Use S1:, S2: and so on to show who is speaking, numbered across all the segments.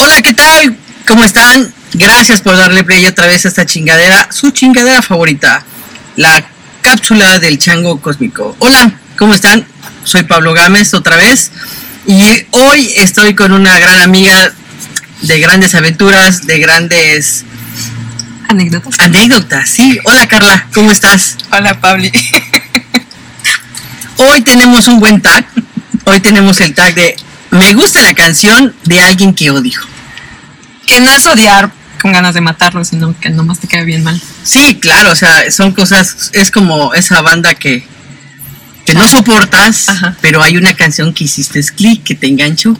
S1: Hola, ¿qué tal? ¿Cómo están? Gracias por darle play otra vez a esta chingadera, su chingadera favorita, la cápsula del chango cósmico. Hola, ¿cómo están? Soy Pablo Gámez otra vez y hoy estoy con una gran amiga de grandes aventuras, de grandes
S2: Anécdotas.
S1: anécdotas. Sí, hola Carla, ¿cómo estás?
S2: Hola, Pabli.
S1: Hoy tenemos un buen tag. Hoy tenemos el tag de Me gusta la canción de alguien que odio.
S2: Que no es odiar con ganas de matarlo, sino que nomás te cae bien mal.
S1: Sí, claro, o sea, son cosas, es como esa banda que, que no soportas,
S2: Ajá.
S1: pero hay una canción que hiciste clic, que te enganchó.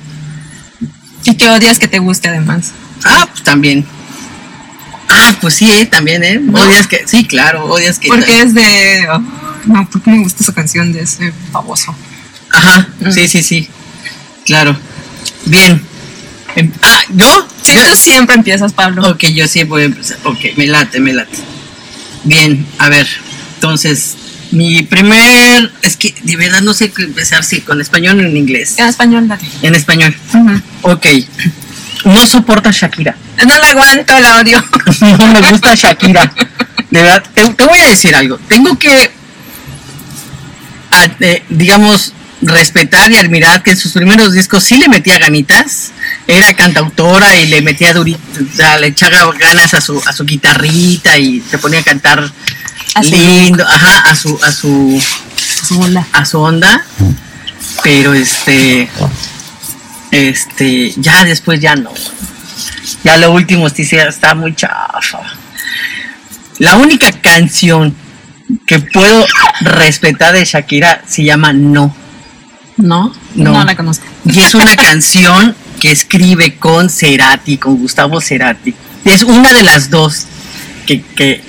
S2: Y que odias que te guste además.
S1: Ah, pues también. Ah, pues sí, eh, también, ¿eh?
S2: ¿No?
S1: Odias que, sí, claro, odias que...
S2: Porque es de... oh, no, porque me gusta esa canción de ese baboso.
S1: Ajá,
S2: Mm.
S1: sí, sí, sí, claro. Bien. Em- Ah, ¿yo?
S2: Sí,
S1: Yo-
S2: tú siempre empiezas, Pablo.
S1: Ok, yo sí voy a empezar. Ok, me late, me late. Bien, a ver. Entonces, mi primer. Es que de verdad no sé qué empezar si con español o en inglés.
S2: En español, dale.
S1: En español. Ok. No soporta Shakira.
S2: No la aguanto, la odio.
S1: No me gusta Shakira. De verdad, te, te voy a decir algo. Tengo que, a- eh, digamos, respetar y admirar que en sus primeros discos sí le metía ganitas. Era cantautora y le metía durita, le echaba ganas a su, a su guitarrita y se ponía a cantar
S2: A su
S1: lindo, ajá, a su, a su,
S2: Hola.
S1: a su onda. Pero este, este, ya después ya no. Ya lo último sí se- está muy chafa. La única canción que puedo respetar de Shakira se llama No.
S2: ¿No?
S1: No.
S2: No, la conozco.
S1: Y es una canción que escribe con Cerati, con Gustavo Cerati. Es una de las dos que, que,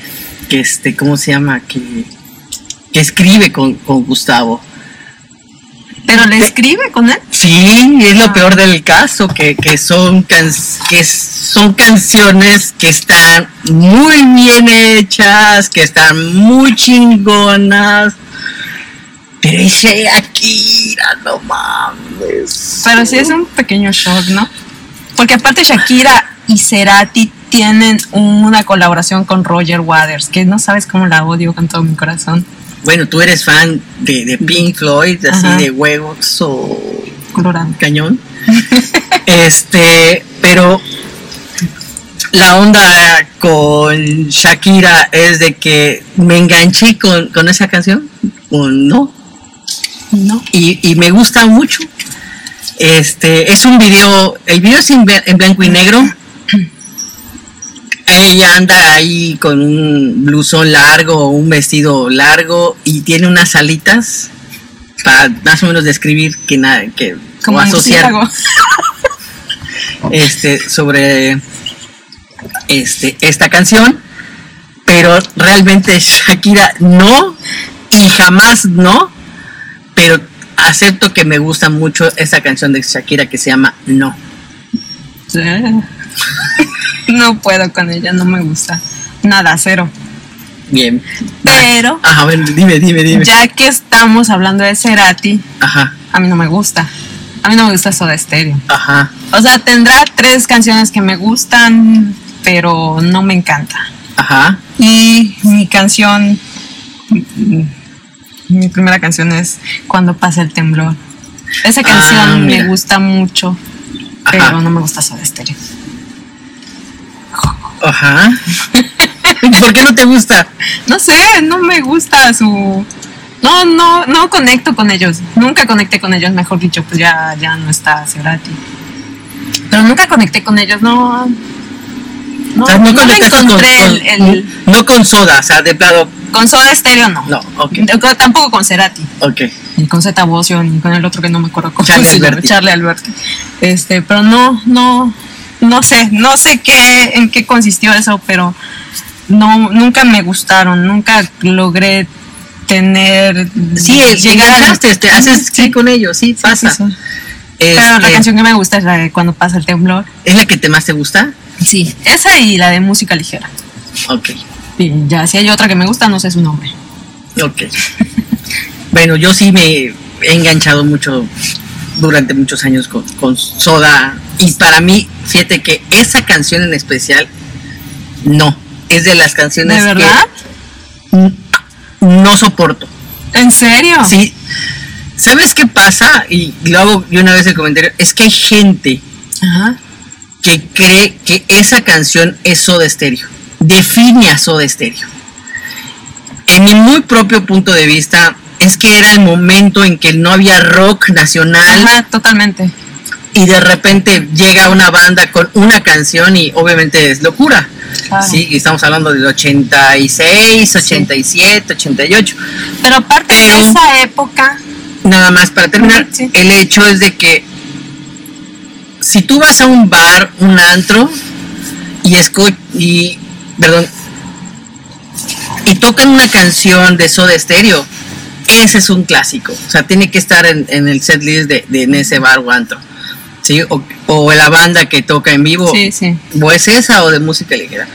S1: que este, ¿cómo se llama? Que, que escribe con, con Gustavo.
S2: ¿Pero le escribe con él?
S1: Sí, es lo
S2: Ah.
S1: peor del caso, que, que son can- que son canciones que están muy bien hechas, que están muy chingonas. Pero es Shakira, no mames.
S2: Pero sí es un pequeño shock, ¿no? Porque aparte Shakira y Cerati tienen una colaboración con Roger Waters, que no sabes cómo la odio con todo mi corazón.
S1: Bueno, tú eres fan de, de Pink Floyd, así
S2: Ajá.
S1: de huevos o
S2: Colorado.
S1: cañón. este, pero la onda con Shakira es de que me enganché con, con esa canción, con no,
S2: No.
S1: y, y me gusta mucho. Este, es un video, el video es en bla- en blanco y negro. Ella anda ahí con un blusón largo, un vestido largo y tiene unas alitas para más o menos describir que, na- que
S2: Como
S1: o asociar
S2: murciélago.
S1: este, sobre este, esta canción, pero realmente Shakira no y jamás no, pero acepto que me gusta mucho esa canción de Shakira que se llama No.
S2: No puedo con ella, no me gusta. Nada, cero.
S1: Bien.
S2: Pero-
S1: Ajá, bueno, dime, dime, dime.
S2: Ya que estamos hablando de Cerati,
S1: Ajá,
S2: a mí no me gusta. A mí no me gusta Soda Stereo.
S1: ajá,
S2: O sea, tendrá tres canciones que me gustan, pero no me encanta.
S1: ajá.
S2: Y mi canción, mm, mi primera canción es Cuando pasa el temblor. Esa
S1: Ah,
S2: canción me
S1: mira.
S2: gusta mucho, pero
S1: Ajá.
S2: no me gusta Soda Stereo.
S1: Ajá. ¿Por qué no te gusta?
S2: No sé, no me gusta su... No, no, no conecto con ellos. Nunca conecté con ellos, mejor dicho, pues ya, ya no está Cerati. Pero nunca conecté con ellos, no... No,
S1: O sea,
S2: no le
S1: conectaste con-
S2: encontré
S1: con-
S2: el, el-
S1: No con soda, o sea, de plano.
S2: Con Soda Stereo no.
S1: No, ok.
S2: Yo Tampoco con Cerati.
S1: Ok.
S2: ni eh, con Zeta Bosio, ni con el otro que no me acuerdo cómo
S1: Charlie
S2: se llama,
S1: Alberti.
S2: Charlie Alberti. Este, pero no, no, no sé, no sé qué, en qué consistió eso, pero no, nunca me gustaron, nunca logré tener
S1: Sí, llegaste, te haces clic con ellos, sí, pasa.
S2: sí, sí. Pero la
S1: Este,
S2: canción que me gusta es la de cuando pasa el temblor.
S1: ¿Es la que te más te gusta?
S2: Sí, esa y la de música ligera.
S1: Ok,
S2: Y ya si hay otra que me gusta, no sé su nombre.
S1: ok. bueno, yo sí me he enganchado mucho durante muchos años con, con Soda y para mí Fíjate que esa canción en especial, no, es de las canciones
S2: ¿De verdad?
S1: que n- no soporto.
S2: ¿En serio?
S1: Sí. ¿Sabes qué pasa? Y lo hago yo una vez el comentario, es que hay gente
S2: Ajá.
S1: que cree que esa canción es Soda Stereo. Define a Soda Stereo. En mi muy propio punto de vista, es que era el momento en que no había rock nacional
S2: Ajá, totalmente.
S1: y de repente llega una banda con una canción y obviamente es locura.
S2: Claro.
S1: Sí, y estamos hablando del 86, 87, 88.
S2: Pero aparte
S1: Pero-
S2: de esa época,
S1: Nada más para terminar,
S2: Sí.
S1: el hecho es de que si tú vas a un bar, un antro y escu- y perdón y tocan una canción de Soda Stereo, ese es un clásico. O sea, tiene que estar en, en el set list de, de en ese bar o antro. ¿Sí? O, o la banda que toca en vivo.
S2: sí, sí.
S1: o es esa o de música ligera.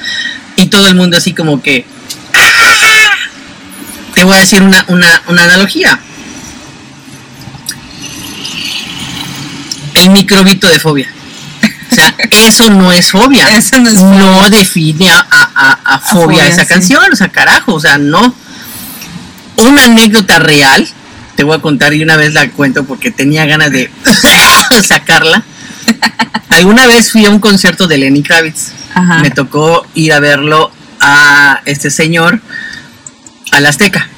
S1: Y todo el mundo así como que... ¡ah! Te voy a decir una, una, una analogía. El microbito de fobia. O sea, eso no es fobia.
S2: Eso no es
S1: No define a, a- a- a fobia,
S2: fobia,
S1: esa
S2: sí.
S1: canción. O sea, carajo, o sea, no. Una anécdota real, te voy a contar y una vez la cuento porque tenía ganas de sacarla. Alguna vez fui a un concierto de Lenny Kravitz.
S2: Ajá.
S1: Me tocó ir a verlo a este señor, al Azteca.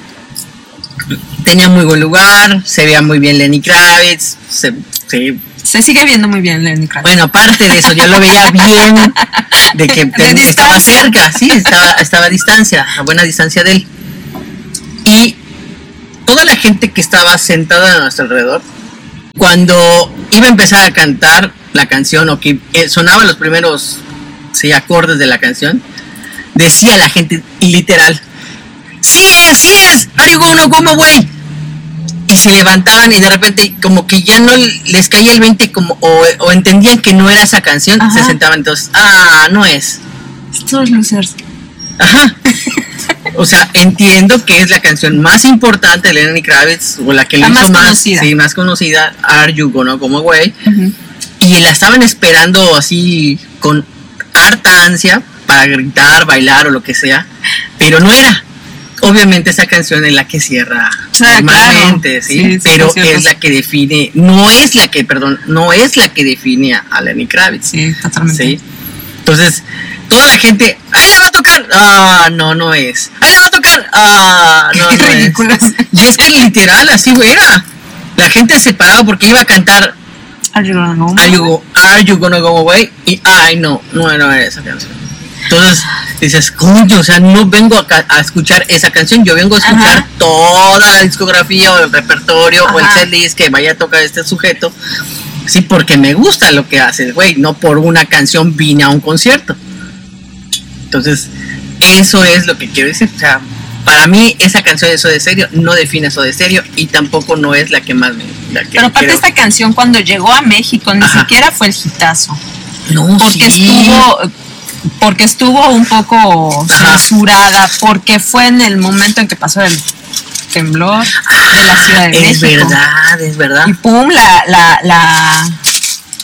S1: Tenía muy buen lugar, se veía muy bien Lenny Kravitz. se- se-
S2: Se sigue viendo muy bien Lenny Kravitz.
S1: bueno, aparte de eso, yo lo veía bien, de que ten-
S2: De
S1: estaba
S2: distancia.
S1: cerca, sí, estaba, estaba a distancia, a buena distancia de él. Y toda la gente que estaba sentada a nuestro alrededor, cuando iba a empezar a cantar la canción o que eh, sonaban los primeros sí, acordes de la canción, decía la gente literal, sí es, sí es, are you gonna go my way?" Y se levantaban y de repente como que ya no les caía el 20 como, o, o entendían que no era esa canción,
S2: Ajá.
S1: se sentaban entonces, ah, no es.
S2: Estos losers.
S1: Ajá. O sea, entiendo que es la canción más importante de Lenny Kravitz o la que
S2: La
S1: lo hizo
S2: más
S1: más,
S2: conocida.
S1: sí, más conocida, Are You Gonna Go My Way?
S2: Ujú.
S1: y la estaban esperando así con harta ansia para gritar, bailar o lo que sea, pero no era. Obviamente esa canción es la que cierra
S2: Ah,
S1: normalmente,
S2: claro.
S1: ¿sí?
S2: Sí, sí,
S1: pero
S2: es cierto.
S1: es la que define, no es la que, perdón, no es la que define a, a Lenny Kravitz,
S2: Sí, totalmente.
S1: ¿sí? Entonces, toda la gente, ahí la va a tocar, ah, no, no es, ahí la va a tocar, ah, no,
S2: Qué
S1: no es.
S2: ridículos.
S1: Y es que literal así era. La gente se paraba porque iba a cantar
S2: Are you gonna go?
S1: Are you, are you gonna go away? Y ay, no, no era esa canción. Entonces dices, coño, o sea, no vengo a, ca- a escuchar esa canción, yo vengo a escuchar
S2: Ajá.
S1: toda la discografía o el repertorio o el
S2: Ajá.
S1: setlist que vaya a tocar este sujeto. Sí, porque me gusta lo que hace el güey, no por una canción vine a un concierto. Entonces, eso es lo que quiero decir. O sea, para mí esa canción de Soda Stereo no define Soda Stereo y tampoco no es la que más me... La que
S2: Pero aparte
S1: quiero-
S2: esta canción cuando llegó a México ni
S1: Ajá.
S2: siquiera fue el hitazo.
S1: No,
S2: porque
S1: sí.
S2: estuvo porque estuvo un poco
S1: Ajá.
S2: censurada porque fue en el momento en que pasó el temblor de la Ciudad de
S1: Ah, es
S2: México
S1: verdad, es verdad.
S2: y pum la la, la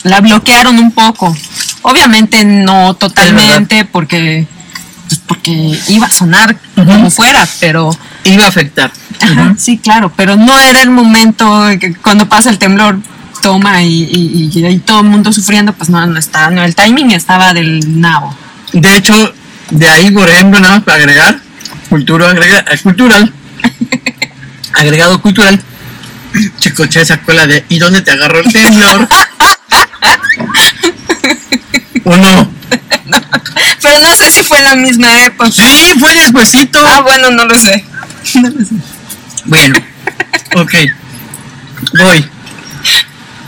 S2: la bloquearon un poco obviamente no totalmente porque pues porque iba a sonar
S1: Ujú.
S2: como fuera pero
S1: Iba a afectar.
S2: Ajá, sí, claro, pero no era el momento que cuando pasa el temblor, toma y, y- y- y todo el mundo sufriendo, pues no, no está, no, el timing estaba del nabo.
S1: De hecho, de ahí, por ejemplo, nada más para agregar, cultura, agrega- eh, cultural, agregado cultural, escuché esa escuela de ¿y dónde te agarró el temblor? ¿O no?
S2: Pero no sé si fue en la misma época.
S1: Sí, fue despuesito.
S2: Ah, bueno, no lo sé. No lo sé.
S1: Bueno, ok. Voy.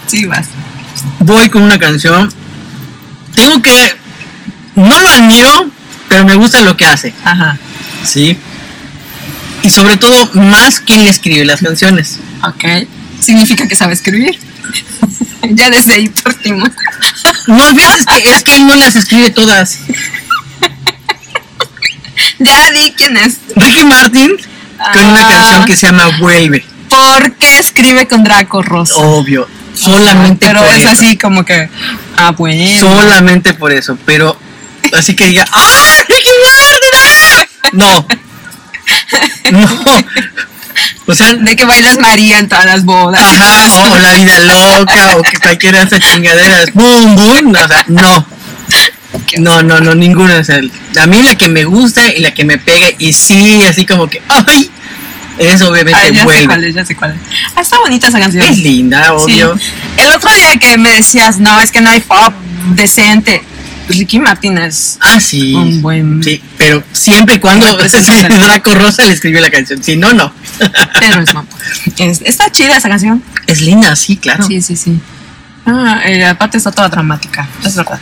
S2: Sí, vas.
S1: voy con una canción. Tengo que. No lo admiro, pero me gusta lo que hace.
S2: Ajá.
S1: Sí. Y sobre todo, más quién le escribe las canciones.
S2: Ok. Significa que sabe escribir. ya desde ahí partimos.
S1: No olvides que es que él no las escribe todas.
S2: ya di quién es.
S1: Ricky Martin con una
S2: Ah.
S1: canción que se llama Vuelve.
S2: ¿Por qué escribe con Draco Rosso?
S1: Obvio. Oh, Solamente
S2: Pero
S1: por
S2: es
S1: eso.
S2: así como que Ah, bueno.
S1: Solamente por eso, pero así que diga, ¡ah! Ricky Martin! ah". No. No. O sea,
S2: De que bailas María en todas las bodas.
S1: ajá, o, o la vida loca, o que cualquiera de esas chingaderas, boom, boom, no, o sea, no. No, no, no, ninguna. O sea, a mí la que me gusta y la que me pega, y sí, así como que, ¡ay! Es
S2: Ah,
S1: obviamente
S2: ya sé cuál
S1: vuelve.
S2: es, ya sé cuál es. Ah, está bonita esa canción.
S1: Es linda, obvio.
S2: Sí. El otro día que me decías, no, es que no hay pop decente. pues, Ricky Martin es
S1: Ah, sí.
S2: Un buen- pues,
S1: Sí, pero siempre y cuando
S2: Buen presentador.
S1: Draco Rosa le escribió la canción. Si no, no.
S2: Pero es mamá. Es- está chida esa canción.
S1: Es linda, sí, claro.
S2: Sí, sí, sí. Ah, eh, aparte está toda dramática, es verdad.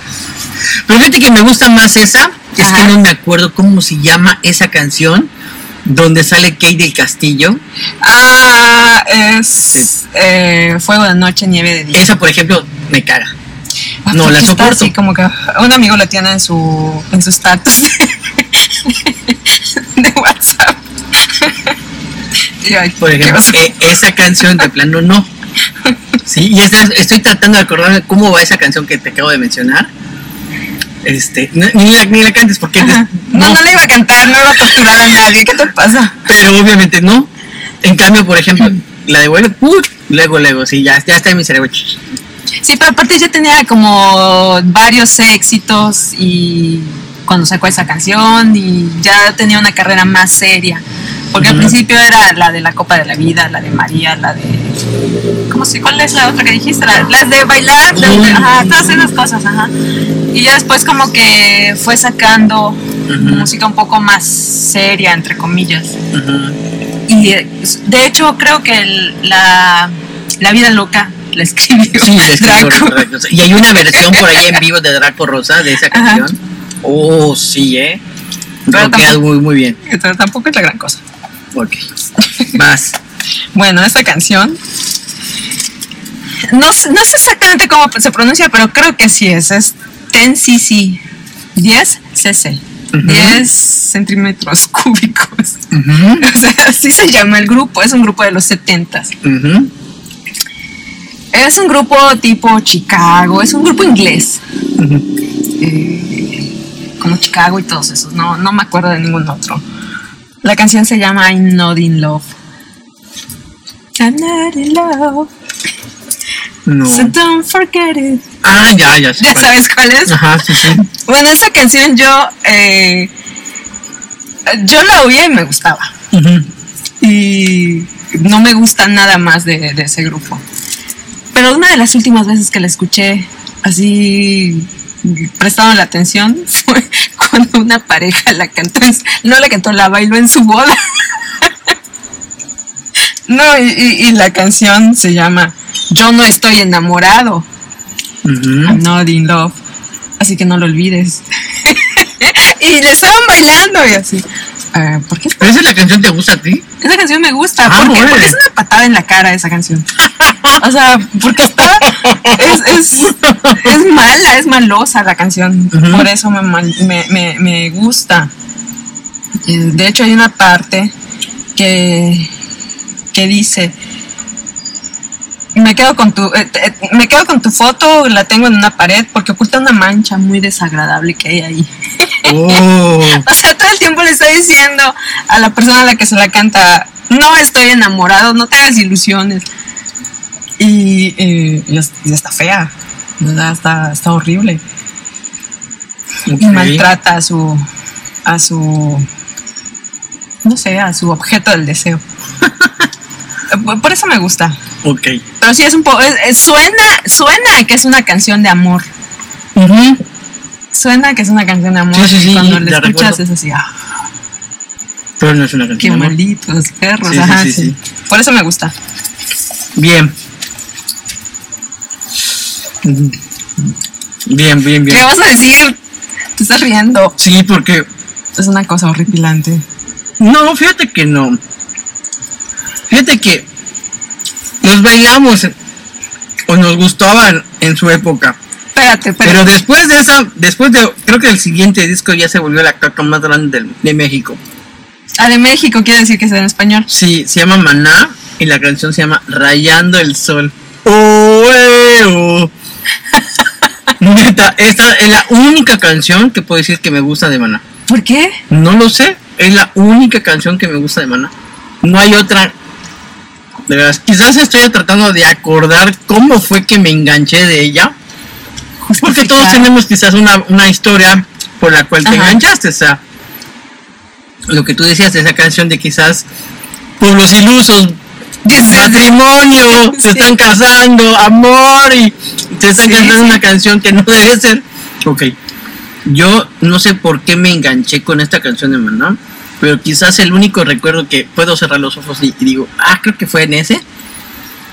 S1: Pero fíjate que me gusta más esa. Es
S2: Ajá.
S1: que no me acuerdo cómo se llama esa canción donde sale Kate del Castillo.
S2: Ah, es eh, Fuego de Noche, Nieve de Día.
S1: Esa, por ejemplo, me caga.
S2: Ah,
S1: Eh, no,
S2: porque
S1: la
S2: está
S1: soporto.
S2: así como que un amigo la tiene en su en su status de, de WhatsApp. Y ay,
S1: Por
S2: ¿qué
S1: ejemplo,
S2: vas a-
S1: e- esa canción de plano no. Sí, y esta- estoy tratando de acordarme cómo va esa canción que te acabo de mencionar. Este, no- ni, la, ni la cantes porque des-
S2: Ajá. No, no le iba a cantar, no iba a torturar a nadie. ¿Qué te pasa?
S1: pero obviamente no. En cambio, por ejemplo,
S2: Mm.
S1: la de vuelo, ¡put! luego, luego, sí, ya, ya está en mi cerebro.
S2: Sí, pero aparte ya tenía como varios éxitos y cuando sacó esa canción y ya tenía una carrera más seria. Porque al
S1: Ujú.
S2: principio era la de la Copa de la Vida, la de María, la de... ¿Cómo se? ¿Cuál es la otra que dijiste? La- las de bailar, las de- ajá, todas esas cosas, ajá. Y ya después como que fue sacando música un poco más seria, entre comillas.
S1: Ujú.
S2: Y eh, de hecho creo que el- la, la vida loca la escribió
S1: Sí, es que
S2: Draco.
S1: yo recuerdo eso. Y hay una versión por ahí en vivo de Draco Rosa de esa
S2: Ajá.
S1: canción. Oh, sí, ¿eh?
S2: Pero
S1: Bloqueas
S2: tampoco-
S1: muy, muy bien.
S2: Entonces, tampoco es la gran cosa.
S1: Ok. Vas.
S2: Bueno, esta canción. No, sé- no sé exactamente cómo se pronuncia, pero creo que sí es. Es 10cc. 10 cc.
S1: Ujú.
S2: 10 centímetros cúbicos.
S1: Ujú,
S2: O sea, así se llama el grupo. Es un grupo de los 70s.
S1: ujú.
S2: Es un grupo tipo Chicago. Es un grupo inglés.
S1: Ujú.
S2: eh, como Chicago y todos esos. No, no me acuerdo de ningún otro. La canción se llama I'm Not in Love. I'm not in love,
S1: No.
S2: so don't forget it.
S1: Ah, ya, ya. sé
S2: ¿Ya
S1: cuál.
S2: sabes cuál es?
S1: Ajá, sí, sí.
S2: Bueno, esa canción yo, eh, yo la oía y me gustaba.
S1: Ujú.
S2: Y no me gusta nada más de, de ese grupo. Pero una de las últimas veces que la escuché así prestando la atención fue cuando una pareja la cantó, en- no la cantó, la bailó en su boda. No, y, y- y la canción se llama Yo no estoy enamorado,
S1: Ujú.
S2: I'm not in love, así que no lo olvides. y le estaban bailando y así. ah, ¿Por qué
S1: ¿Pero esa es la canción que te gusta a ti?
S2: esa canción me gusta
S1: Ah,
S2: porque,
S1: órale.
S2: porque es una patada en la cara esa canción. O sea, porque está. Es, es, es mala, es malosa la canción.
S1: Ujú.
S2: Por eso me, mal- me, me- me gusta. Eh, De hecho, hay una parte que, que dice. Me quedo con tu eh, te- eh, me quedo con tu foto, la tengo en una pared porque oculta una mancha muy desagradable que hay ahí.
S1: Oh.
S2: O sea, todo el tiempo le está diciendo a la persona a la que se la canta, no estoy enamorado, no te hagas ilusiones. Y, eh, y es- y está fea, ¿verdad? Está, está horrible. Y
S1: ok.
S2: maltrata a su, a su, no sé, a su objeto del deseo. Por- Por eso me gusta.
S1: Ok.
S2: Pero sí es un poco, suena, suena a que es una canción de amor.
S1: Ujú.
S2: Suena a que es una canción de amor.
S1: Sí, sí, sí,
S2: y cuando
S1: la
S2: la escuchas
S1: recuerdo.
S2: es así, ah.
S1: Pero no es una canción.
S2: Qué
S1: de amor.
S2: malditos perros,
S1: Sí, sí,
S2: ajá.
S1: sí,
S2: sí. Por eso me gusta.
S1: Bien. Ujú. Bien, bien, bien.
S2: ¿Qué vas a decir? Te estás riendo.
S1: Sí, porque.
S2: Es una cosa horripilante.
S1: No, fíjate que no. Fíjate que los bailamos o nos gustaban en su época.
S2: Espérate, espérate.
S1: Pero después de esa, después de, creo que el siguiente disco ya se volvió la caca más grande del- de México.
S2: Ah, de México quiere decir que es en español.
S1: Sí, se llama Maná y la canción se llama Rayando el Sol. ¡Oh, eh, oh! Neta, esta es la única canción que puedo decir que me gusta de Maná.
S2: ¿Por qué?
S1: No lo sé, es la única canción que me gusta de Maná. No hay otra. De verdad, quizás estoy tratando de acordar cómo fue que me enganché de ella. Porque todos tenemos quizás una, una historia por la cual te
S2: Ajá.
S1: enganchaste. O sea, lo que tú decías de esa canción de quizás pueblos ilusos, matrimonio, se
S2: Sí.
S1: están casando, amor y te están
S2: Sí,
S1: cantando
S2: sí.
S1: una canción que no debe ser. Ok, yo no sé por qué me enganché con esta canción de Maná, pero quizás el único recuerdo que puedo cerrar los ojos y, y digo, ah, creo que fue en ese.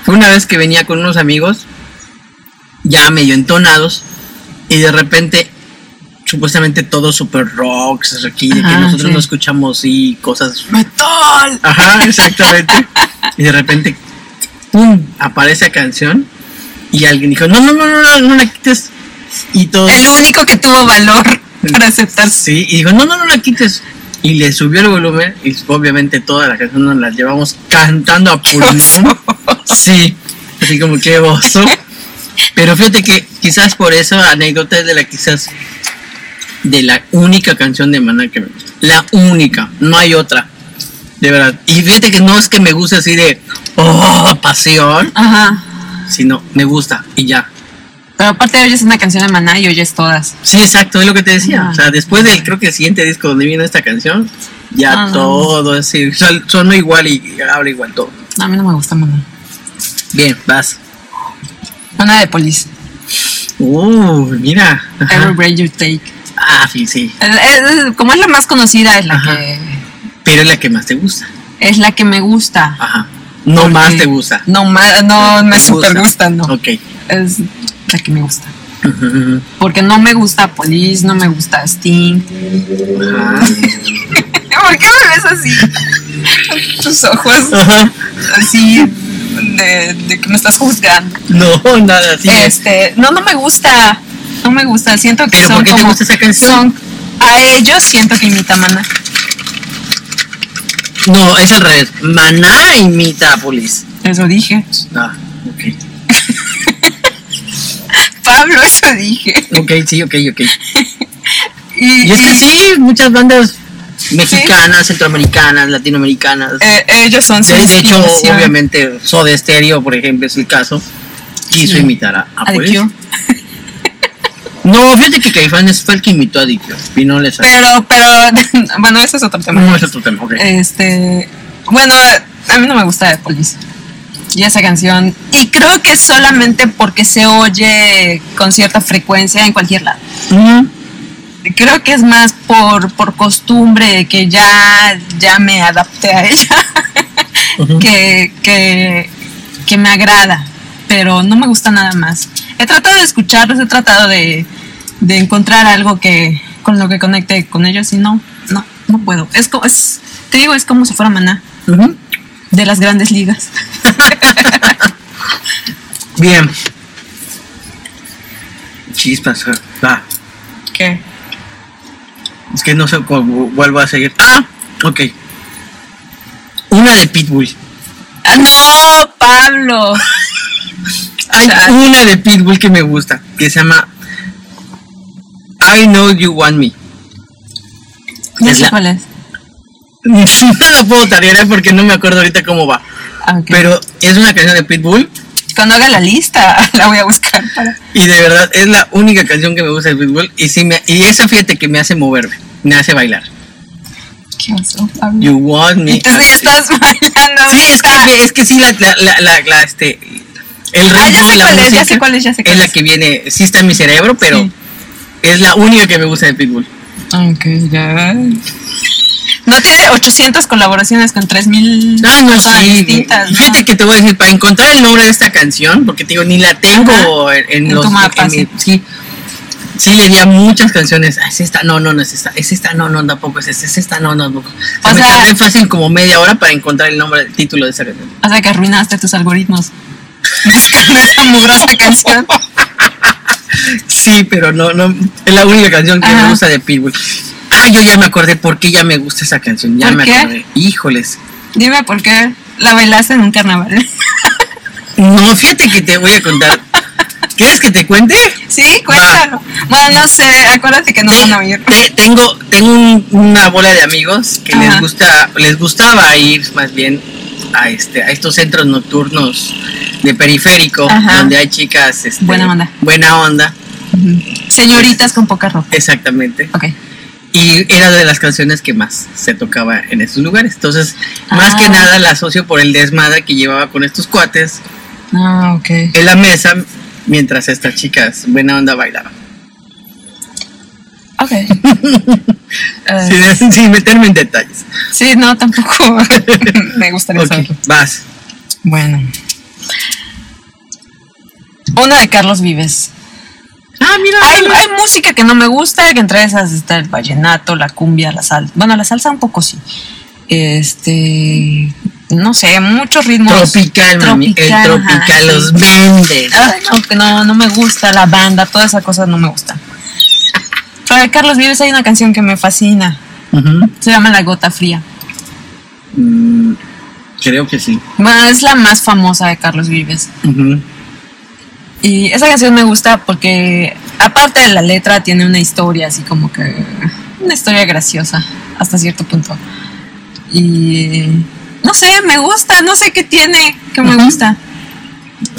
S1: Fue una vez que venía con unos amigos, ya medio entonados, y de repente, supuestamente todo super rocks, aquí, de que
S2: Ajá,
S1: nosotros
S2: sí.
S1: no escuchamos y cosas
S2: ¡Metal!
S1: Ajá, exactamente. y de repente, ¡pum! aparece la canción. Y alguien dijo, no, no, no, no, no, no la quites. Y todo.
S2: El único que tuvo valor para aceptar.
S1: Sí, y dijo, no, no, no la quites. Y le subió el volumen. Y obviamente toda la canción nos la llevamos cantando a pulmón. Sí, así como que oso. Pero fíjate que quizás por eso anécdota es de la quizás de la única canción de Maná que me gusta. La única, no hay otra. De verdad. Y fíjate que no es que me guste así de oh, pasión,
S2: Ajá.
S1: sino me gusta y ya.
S2: Pero aparte oyes una canción de Maná y oyes todas.
S1: Sí, exacto, es lo que te decía. O sea, después del creo que siguiente disco donde vino esta canción, ya
S2: Ah.
S1: todo es sí, son- sonó igual y habla igual todo.
S2: No, a mí no me gusta Maná.
S1: Bien, vas.
S2: Una de Police.
S1: Uh, mira. Ajá.
S2: Every Breath You Take.
S1: Ah, sí, sí.
S2: Es- es- es- como es la más conocida, es la
S1: Ajá.
S2: que
S1: Pero es la que más te gusta.
S2: es la que me gusta.
S1: Ajá. No
S2: Porque-
S1: más te gusta.
S2: No, más, no me
S1: Te
S2: super gusta, no.
S1: Ok.
S2: Es la que me gusta.
S1: Ujú, ujú.
S2: Porque no me gusta Police, no me gusta Sting.
S1: Ajá.
S2: ¿Por qué me ves así? Tus ojos
S1: Ajá.
S2: así de, de que me estás juzgando.
S1: No, nada así.
S2: Este, no, no me gusta. No me gusta. Siento que
S1: ¿Pero
S2: son
S1: por qué te
S2: como-
S1: gusta esa canción?
S2: son- a ellos siento que imita Maná.
S1: No, es al revés. Maná imita a Police.
S2: Eso dije.
S1: Ah, ok.
S2: Pablo, eso dije.
S1: Ok, sí, ok, ok.
S2: Y,
S1: Y es que
S2: y,
S1: sí, muchas bandas mexicanas, centroamericanas, latinoamericanas.
S2: eh, ellos son su
S1: de, de hecho,
S2: inspiración.
S1: obviamente, Soda Stereo, por ejemplo, es el caso. Quiso
S2: Sí.
S1: imitar a, a
S2: A The
S1: Police.
S2: Cure.
S1: No, fíjate que Caifanes fue el que imitó a Dictio. Y no les
S2: Pero, pero, pues, bueno, eso es otro tema.
S1: No es otro tema, ok.
S2: Este, bueno, a mí no me gusta de Police. Y esa canción. Y creo que es solamente porque se oye con cierta frecuencia en cualquier lado.
S1: Ujú.
S2: Creo que es más por, por costumbre que ya, ya me adapté a ella,
S1: Ujú.
S2: que, que, que me agrada, pero no me gusta nada más. He tratado de escucharlos, he tratado de, de encontrar algo que con lo que conecte con ellos y no, no, no puedo. Es, co- es, te digo, es como si fuera maná
S1: Ujú.
S2: de las grandes ligas.
S1: Bien. Chispas. ah, Va.
S2: ¿Qué?
S1: Es que no sé cu- cuál va a seguir. Ah, ok. Una de Pitbull.
S2: ¡Ah, no, Pablo!
S1: Hay
S2: Chale.
S1: una de Pitbull que me gusta, que se llama I Know You Want Me.
S2: No
S1: Es
S2: sé
S1: la-
S2: cuál es.
S1: No la puedo tarear porque no me acuerdo ahorita cómo va.
S2: Ah, ok.
S1: Pero es una canción de Pitbull
S2: Cuando haga la lista, la voy a buscar para.
S1: y de verdad es la única canción que me gusta de Pitbull. Y, sí me, y esa fíjate que me hace moverme, me hace bailar.
S2: ¿Qué pasó, Pablo?
S1: You want me.
S2: Y tú ya estás bailando.
S1: Sí, es que, es que sí, la, la, la, la- la, este, el ritmo
S2: Ah, ya sé
S1: y la
S2: cuál es, ya
S1: música
S2: sé cuál es, ya sé cuál
S1: es la
S2: es.
S1: que viene, sí está en mi cerebro, pero
S2: Sí.
S1: es la única que me gusta de Pitbull.
S2: Ok, ya. No tiene 800 colaboraciones con 3000
S1: Ah, no,
S2: personas
S1: sí.
S2: distintas. ¿no?
S1: Fíjate que te voy a decir, para encontrar el nombre de esta canción, porque te digo, ni la tengo en, en
S2: En
S1: los...
S2: tu mapa,
S1: en mi-
S2: sí. pues.
S1: sí. Sí, le di a muchas canciones. Ah, es esta, no, no, no es esta. Es esta, no, no, tampoco es esta. Es esta, no, no, tampoco.
S2: O
S1: O sea, me
S2: sea-
S1: tardé fácil como media hora para encontrar el nombre, el título de esa canción.
S2: O sea que arruinaste tus algoritmos. Buscando esa mugrosa canción.
S1: Sí, pero no, no, es la única canción que me
S2: Ajá.
S1: gusta de Pitbull. Ah, yo ya me acordé por qué ya me gusta esa canción, ya
S2: ¿Por
S1: me
S2: qué?
S1: acordé. Híjoles.
S2: Dime por qué la bailaste en un carnaval.
S1: No, fíjate que te voy a contar ¿Quieres que te cuente? Ah.
S2: Sí, cuéntalo. Bueno, no sé, acuérdate que no van a oír.
S1: Te- tengo tengo un- una bola de amigos que les
S2: Ajá.
S1: gusta les gustaba ir más bien a este a estos centros nocturnos de periférico
S2: Ajá.
S1: donde hay chicas este,
S2: Buena onda.
S1: buena onda
S2: Señoritas con poca ropa.
S1: exactamente
S2: Ok.
S1: y era de las canciones que más se tocaba en esos lugares entonces más
S2: Ah.
S1: que nada la asocio por el desmadre que llevaba con estos cuates
S2: Ah, ok.
S1: en la mesa mientras estas chicas buena onda bailaban
S2: Ok. Eh,
S1: sin, sin meterme en detalles
S2: sí, no, tampoco me gustaría
S1: Ok,
S2: saberlo.
S1: vas
S2: Bueno. Una de Carlos Vives.
S1: ah mira
S2: Hay, hay música que no me gusta, que entre esas está el vallenato, la cumbia, la salsa. Bueno, la salsa un poco sí. Este, no sé, muchos ritmos.
S1: Tropical, mami. El
S2: Tropical, ajá,
S1: tropical
S2: sí.
S1: los vende.
S2: Ay, no, que no, no me gusta la banda, todas esas cosas no me gustan. Pero de Carlos Vives hay una canción que me fascina,
S1: Ujú.
S2: se llama La Gota Fría.
S1: Mm, creo que sí.
S2: Bueno, es la más famosa de Carlos Vives.
S1: Ujú.
S2: Y esa canción me gusta porque, aparte de la letra, tiene una historia así como que. Una historia graciosa, hasta cierto punto. Y. No sé, me gusta, no sé qué tiene que me
S1: Ujú.
S2: gusta.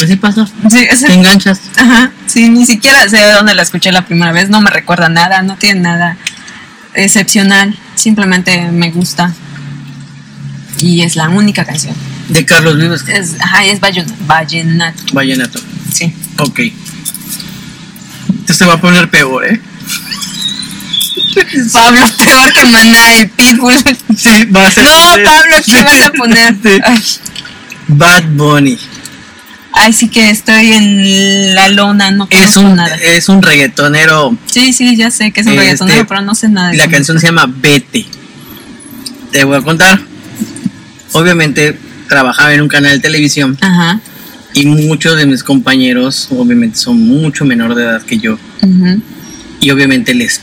S1: Así Pues pasó.
S2: Sí, es-
S1: Te enganchas.
S2: ajá, sí, ni siquiera sé de dónde la escuché la primera vez, no me recuerda nada, no tiene nada excepcional, simplemente me gusta. Y es la única canción.
S1: De Carlos Vives.
S2: Es, ajá, y es vallen- vallenato,
S1: Vallenato.
S2: sí.
S1: Ok. Esto se va a poner peor, ¿eh?
S2: Pablo, peor que Maná del Pitbull.
S1: Sí, va a ser.
S2: No, Pablo, ¿qué
S1: Sí.
S2: vas a poner?
S1: Sí.
S2: Ay,
S1: Bad Bunny.
S2: ay, sí que estoy en la lona, no
S1: Es
S2: conozco
S1: un,
S2: nada.
S1: es un reggaetonero.
S2: Sí, sí, ya sé que es un
S1: Este,
S2: reggaetonero, pero no sé nada de
S1: La
S2: eso.
S1: canción se llama Vete. Te voy a contar. Obviamente trabajaba en un canal de televisión.
S2: Ajá.
S1: Y muchos de mis compañeros, obviamente, son mucho menor de edad que yo.
S2: ujú.
S1: Y obviamente les,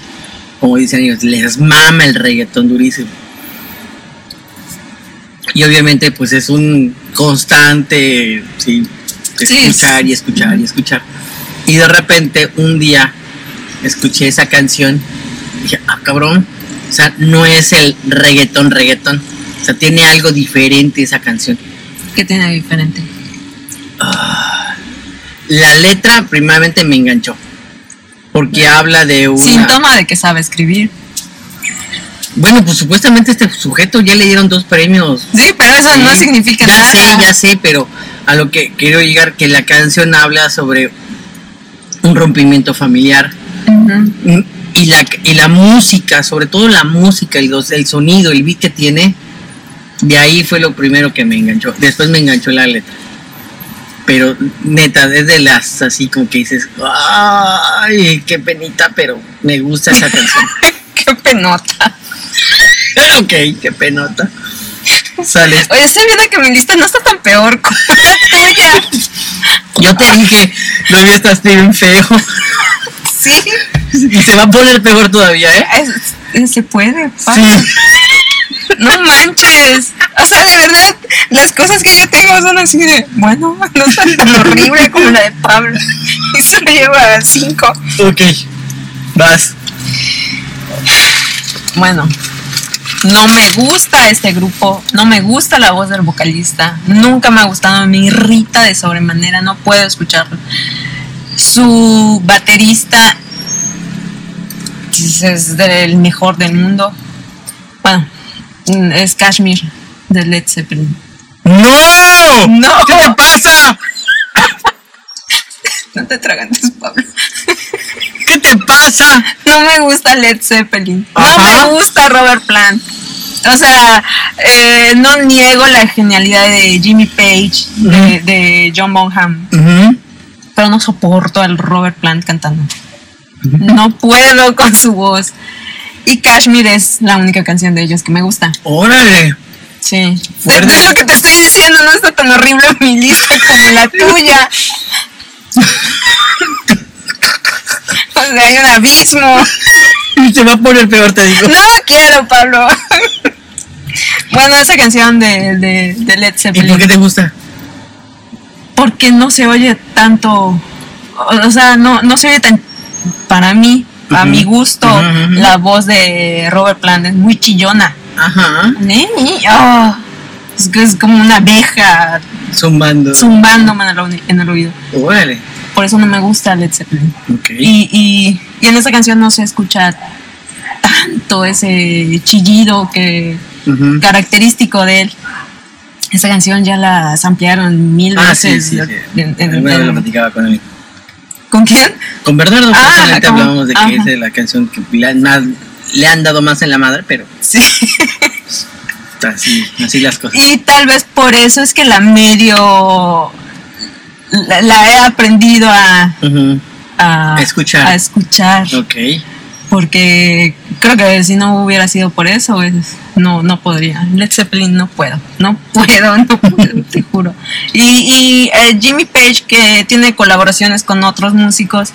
S1: como dicen ellos, les mama el reggaetón durísimo. Y obviamente, pues es un constante, sí, de
S2: Sí,
S1: escuchar y escuchar y escuchar. Y de repente, un día, escuché esa canción. y Dije, ah, cabrón. O sea, no es el reggaetón, reggaetón. O sea, tiene algo diferente esa canción.
S2: ¿Qué tiene de diferente?
S1: La letra, primeramente, me enganchó. Porque habla de una.
S2: Síntoma de que sabe escribir.
S1: Bueno, pues supuestamente este sujeto ya le dieron dos premios.
S2: Sí, pero eso Ah, no
S1: Sí,
S2: significa
S1: ya
S2: nada.
S1: sé, ya sé, pero a lo que quiero llegar, que la canción habla sobre un rompimiento familiar.
S2: Ujú.
S1: Mm, Y la, y la música, sobre todo la música, el, los- el sonido, el beat que tiene, de ahí fue lo primero que me enganchó. Después me enganchó la letra. Pero neta, es de las así como que dices, ay, qué penita, pero me gusta esa canción.
S2: Qué penota.
S1: ok, qué penota. Sale
S2: Oye, estoy viendo que mi lista no está tan peor como la tuya.
S1: Yo te dije, no me estás bien feo.
S2: Sí,
S1: Y se va a poner peor todavía, ¿eh?
S2: es- es- se puede. pa.
S1: Sí.
S2: No manches. O sea, de verdad, las cosas que yo tengo son así de, bueno, no están tan horrible como la de Pablo. Y solo lleva cinco.
S1: Ok. Vas.
S2: Bueno, no me gusta este grupo, no me gusta la voz del vocalista, nunca me ha gustado, me irrita de sobremanera, no puedo escucharlo. Su baterista pues, es el mejor del mundo. Bueno, mm, es Kashmir de Led Zeppelin.
S1: ¡No!
S2: No.
S1: ¿Qué te pasa?
S2: No te tragantes, Pablo.
S1: ¿Qué te pasa?
S2: No me gusta Led Zeppelin.
S1: Ajá.
S2: No me gusta Robert Plant. O sea, eh, no niego la genialidad de Jimmy Page, de, de John Bonham, pero no soporto al Robert Plant cantando. No puedo con su voz. Y Kashmir es la única canción de ellos que me gusta.
S1: Órale.
S2: Sí.
S1: Fuerte.
S2: ¿Ves lo que te estoy diciendo? No está tan horrible mi lista como la tuya. O sea, hay un abismo.
S1: Se va a poner peor, te digo.
S2: No lo quiero, Pablo. Bueno, esa canción de, de, de Led
S1: ¿Y
S2: Zeppelin.
S1: por qué te gusta?
S2: Porque no se oye tanto. o sea, no, no se oye tan, para mí, a
S1: Ujú.
S2: mi gusto,
S1: Ujú, ujú, ujú.
S2: la voz de Robert Plant es muy chillona.
S1: Ajá.
S2: Eh, eh, oh, es, que es como una abeja
S1: Zumbando.
S2: zumbándome en el, oí- en el oído.
S1: Órale.
S2: Por eso no me gusta Led Zeppelin.
S1: Ok.
S2: Y, y, y en esa canción no se escucha tanto ese chillido que
S1: Ujú.
S2: característico de él. Esa canción ya la ampliaron mil
S1: Ah, sí,
S2: veces.
S1: sí, sí.
S2: en- en-
S1: Alguna vez
S2: en-
S1: lo platicaba con él.
S2: ¿Con quién?
S1: Con Bernardo,
S2: Ah,
S1: justamente
S2: como-
S1: hablábamos de que
S2: ajá.
S1: es de la canción que le han, más- le han dado más en la madre, pero
S2: Sí.
S1: así, así las cosas.
S2: Y tal vez por eso es que la medio la, la he aprendido a,
S1: Ujú.
S2: a
S1: A escuchar.
S2: a escuchar,
S1: Ok.
S2: porque creo que si no hubiera sido por eso, es- no, no podría. Led Zeppelin no puedo, no puedo, no puedo, te juro. Y, y, eh, Jimmy Page, que tiene colaboraciones con otros músicos,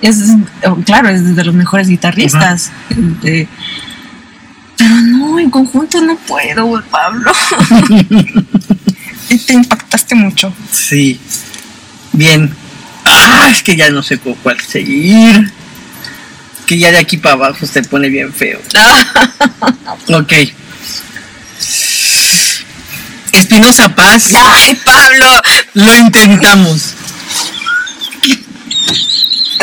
S2: es, oh, claro, es de los mejores guitarristas. eh, pero no, en conjunto no puedo, Pablo. Y te impactaste mucho.
S1: Sí. Bien. Ah, es que ya no sé con cuál seguir. Que ya de aquí para abajo se pone bien feo. Ok. Espinosa Paz,
S2: Ay, Pablo,
S1: lo intentamos.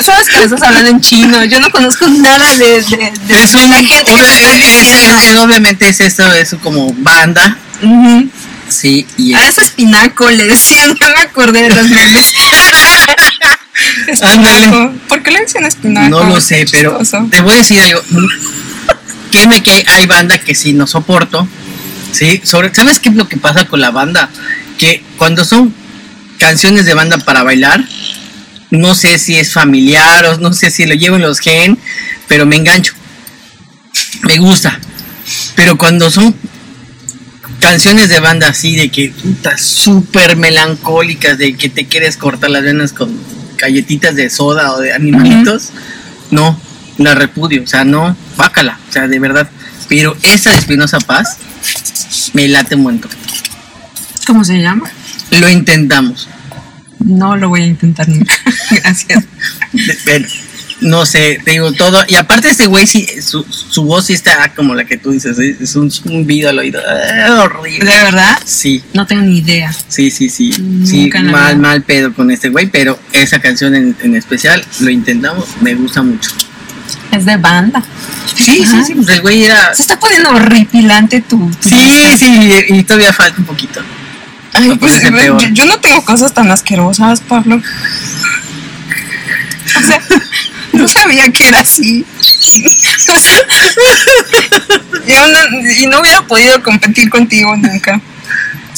S2: sabes que me estás hablando en chino. Yo no conozco nada de, de, de-
S1: Es un-
S2: la gente que está
S1: obviamente, esa
S2: cristiana.
S1: canción obviamente es esto, es como banda.
S2: Ujú.
S1: Sí, y
S2: A eso espinaco le decían, ya me acordé de los memes. espinaco.
S1: Ándale.
S2: ¿Por qué le decían espinaco?
S1: No lo sé,
S2: Qué
S1: pero
S2: chistoso.
S1: te voy a decir algo. Créeme que hay banda que sí no soporto. Sí, sobre ¿sabes qué es lo que pasa con la banda? Que cuando son canciones de banda para bailar, no sé si es familiar o no sé si lo llevo en los gen, pero me engancho. Me gusta. Pero cuando son canciones de banda así de que puta, súper melancólicas, de que te quieres cortar las venas con galletitas de soda o de animalitos, no, la repudio, o sea, no, bácala, o sea, de verdad. Pero esa de Espinosa Paz me late un montón.
S2: ¿Cómo se llama?
S1: Lo intentamos.
S2: No lo voy a intentar nunca. Gracias.
S1: De- de- No sé, te digo todo. Y aparte este güey, sí, su, su voz sí está como la que tú dices, ¿sí? es un zumbido al oído. ah,
S2: ¿De
S1: horrible.
S2: verdad?
S1: Sí,
S2: No tengo ni idea.
S1: sí, sí, sí. Sí,
S2: Nunca en la
S1: mal,
S2: vida.
S1: mal pedo con este güey, pero esa canción en, en especial, lo intentamos, me gusta mucho.
S2: Es de banda.
S1: Sí, sí, sí, pues el güey era...
S2: Se está poniendo horripilante tu. tu-
S1: Sí, sí, y todavía falta un poquito.
S2: Ay,
S1: No
S2: pues,
S1: parece
S2: yo,
S1: peor.
S2: yo no tengo cosas tan asquerosas, Pablo. O sea, no sabía que era así. O sea, yo no, y no hubiera podido competir contigo nunca.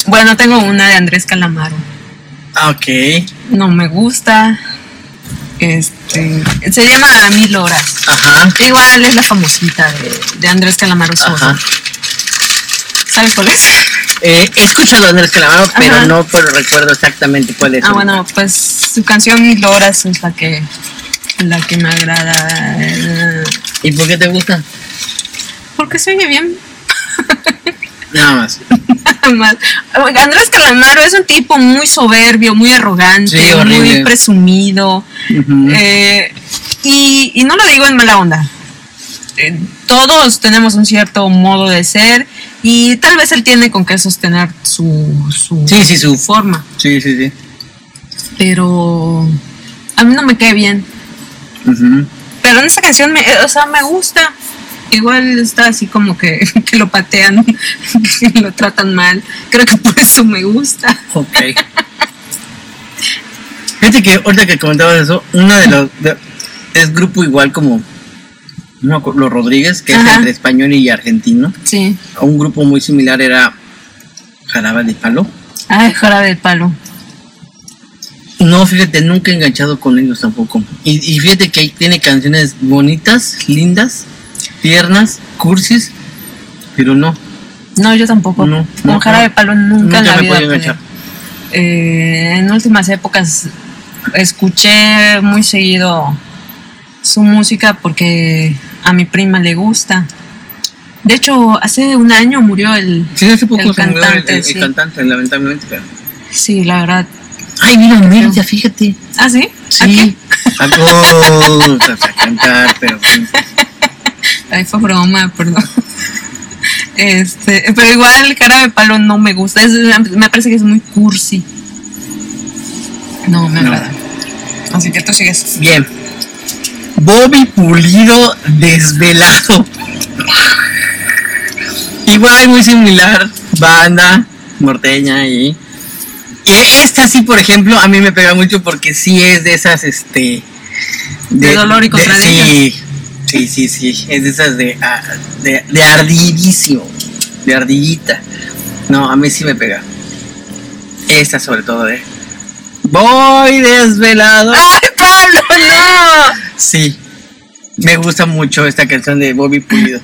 S2: Bueno, tengo una de Andrés Calamaro.
S1: Ah, Ok.
S2: No me gusta. Este, se llama Mil Horas.
S1: Ajá.
S2: Igual es la famosita de, de Andrés Calamaro Sosa.
S1: Ajá.
S2: ¿Sabes cuál es?
S1: Eh, he escuchado a Andrés Calamaro, pero
S2: Ajá.
S1: no pero recuerdo exactamente cuál es.
S2: Ah,
S1: ahorita.
S2: bueno, pues su canción Mil Horas es la que, la que me agrada. eh,
S1: ¿Y por qué te gusta?
S2: Porque se oye bien.
S1: Nada más.
S2: nada más. Oiga, Andrés Calamaro es un tipo muy soberbio, muy arrogante,
S1: Sí, horrible. Mm.
S2: muy presumido.
S1: Ujú.
S2: eh, y, y no lo digo en mala onda. Eh, todos tenemos un cierto modo de ser y tal vez él tiene con qué sostener su, su,
S1: Sí, sí, su-
S2: forma.
S1: Sí, sí, sí.
S2: Pero a mí no me cae bien.
S1: Ujú.
S2: Pero en esta canción, me, eh, o sea, me gusta. Igual está así como que, que lo patean, que lo tratan mal. Creo que por eso me gusta.
S1: Ok. Fíjate que ahorita que comentabas eso, uno de los. de- es grupo igual como. no me acuerdo, los Rodríguez, que es
S2: Ajá.
S1: entre español y argentino.
S2: Sí.
S1: Un grupo muy similar era Jaraba de Palo.
S2: Ay, jarabe de palo.
S1: No, fíjate, nunca he enganchado con ellos tampoco. Y, y fíjate que ahí tiene canciones bonitas, lindas, tiernas, cursis, pero no,
S2: No, yo tampoco.
S1: No,
S2: Con
S1: no,
S2: jarabe de
S1: no.
S2: palo nunca, en
S1: nunca
S2: la
S1: me he
S2: vida.
S1: podido enganchar.
S2: pude. Eh, en últimas épocas escuché muy seguido su música porque a mi prima le gusta. De hecho, hace un año murió el...
S1: Sí, hace poco
S2: El
S1: se murió el-
S2: cantante,
S1: el, el
S2: sí.
S1: cantante, lamentablemente. pero-
S2: Sí, la verdad.
S1: Ay, mira, mira, fíjate.
S2: ¿Ah, sí? ¿A
S1: Sí,
S2: qué?
S1: saludos a cantar, pero pues,
S2: Ay, fue broma, perdón. Este, pero igual cara de palo no me gusta. Es- me parece que es muy cursi. No, me
S1: No.
S2: agrada. Así que tú sigues.
S1: bien. Bobby Pulido desvelado. Igual muy similar, banda norteña y que esta sí, por ejemplo, a mí me pega mucho porque sí es de esas, este,
S2: De dolor y contradicción.
S1: sí, sí, sí, sí, es de esas de, ah, de, de ardidísimo, de ardillita. No, a mí sí me pega. Esta sobre todo, eh. Voy desvelado.
S2: ¡Ay, Pablo, no!
S1: Sí, me gusta mucho esta canción de Bobby Pulido.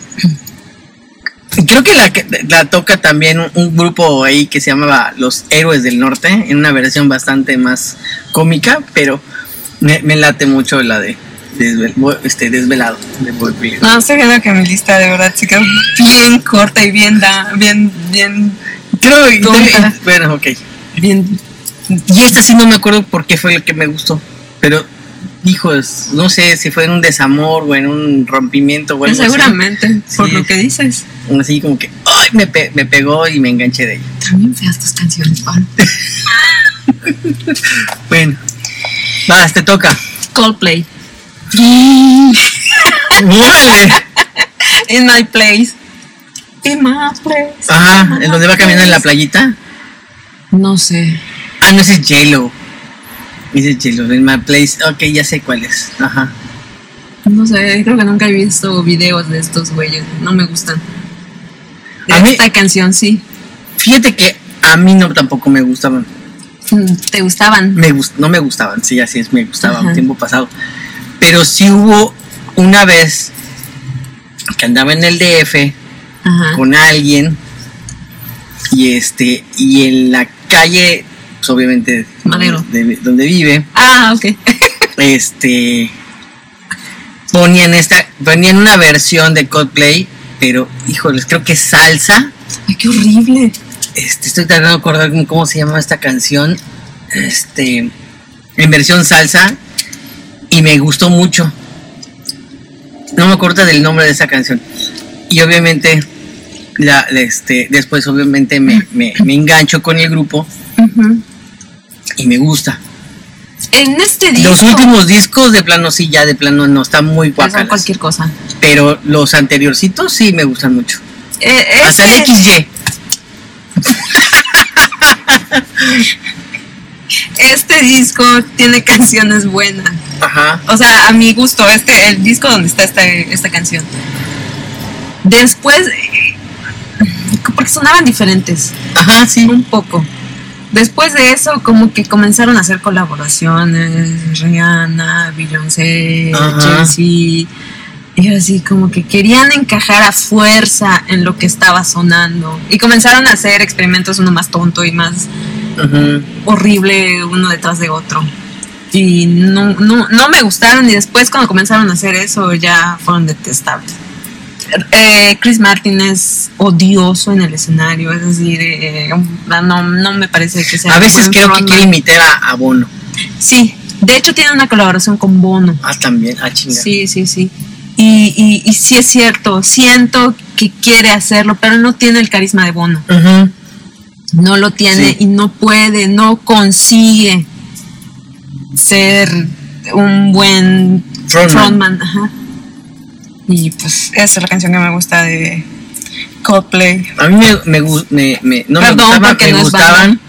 S1: Y Creo que la, que- la toca también un, un grupo ahí que se llamaba Los Héroes del Norte, en una versión bastante más cómica, pero me, me late mucho la de desvel- bo- este, Desvelado de Bobby Pulido.
S2: No, estoy viendo que mi lista de verdad se quedó bien corta y bien, da- bien, bien,
S1: Creo que- eh,
S2: Tonta.
S1: Bueno, ok.
S2: bien.
S1: Y esta sí no me acuerdo por qué fue lo que me gustó, pero dijo, es- no sé si fue en un desamor o en un rompimiento o algo así.
S2: Pues seguramente, por
S1: Sí.
S2: lo que dices.
S1: Así como que, ay, me, pe- me pegó y me enganché de ella.
S2: También feas tus canciones, Pablo.
S1: Bueno, vas, te toca.
S2: Coldplay.
S1: ¡Órale!
S2: In my place. pues. In my place.
S1: Ajá, Ah, en donde va caminando en la playita.
S2: No sé.
S1: Ah, no, ese es Yellow. Ese es Yellow, en My Place. Ok, ya sé cuál es. Ajá.
S2: No sé, creo que nunca he visto videos de estos güeyes. No me gustan. De
S1: A mí-
S2: esta canción sí.
S1: Fíjate que a mí no tampoco me gustaban.
S2: Mm, ¿Te gustaban?
S1: Me gust- no me gustaban, sí, así es, me gustaban
S2: Ajá.
S1: tiempo pasado. Pero sí hubo una vez que andaba en el DF
S2: Ajá.
S1: con alguien y este y en la calle pues, obviamente
S2: Madero.
S1: de- donde vive
S2: Ah, ok.
S1: este ponían esta ponían una versión de Coldplay pero híjoles creo que es salsa
S2: Ay, qué horrible.
S1: este estoy tratando de acordar cómo- cómo se llama esta canción este en versión salsa y me gustó mucho no me acuerdo del nombre de esa canción y obviamente la este después obviamente me, me, me engancho con el grupo
S2: Ujú.
S1: y me gusta
S2: En este disco.
S1: los últimos discos de plano sí ya de plano no está muy
S2: pues, son
S1: guacalas.
S2: cualquier cosa.
S1: Pero los anteriorcitos sí me gustan mucho.
S2: Eh,
S1: Hasta el
S2: ese-
S1: XY.
S2: este disco tiene canciones buenas.
S1: Ajá.
S2: O sea, a mi gusto, este, el disco donde está esta, esta canción. Después, eh, porque sonaban diferentes,
S1: Ajá, sí.
S2: un poco. Después de eso, como que comenzaron a hacer colaboraciones, Rihanna, Beyoncé,
S1: Ajá.
S2: Jay-Z. Y era así como que querían encajar a fuerza en lo que estaba sonando. Y comenzaron a hacer experimentos uno más tonto y más
S1: Ujú.
S2: horrible uno detrás de otro. Y no, no, no me gustaron y después cuando comenzaron a hacer eso ya fueron detestables. Eh, Chris Martin es odioso en el escenario, es decir, eh, no, no me parece que sea...
S1: A veces
S2: buen
S1: creo que
S2: frontman.
S1: quiere imitar a, a Bono.
S2: Sí, de hecho tiene una colaboración con Bono.
S1: Ah, también. Ah, chinga.
S2: Sí, sí, sí. Y, y, y sí es cierto, siento que quiere hacerlo, pero no tiene el carisma de Bono.
S1: Ujú.
S2: no lo tiene
S1: Sí.
S2: y no puede, no consigue ser un buen
S1: Frontman.
S2: frontman. ajá. Y pues esa es la canción que me gusta de Coldplay.
S1: A mí me, me, gu- me- me- no me
S2: Perdón,
S1: gustaban,
S2: porque
S1: me
S2: no es
S1: gustaban.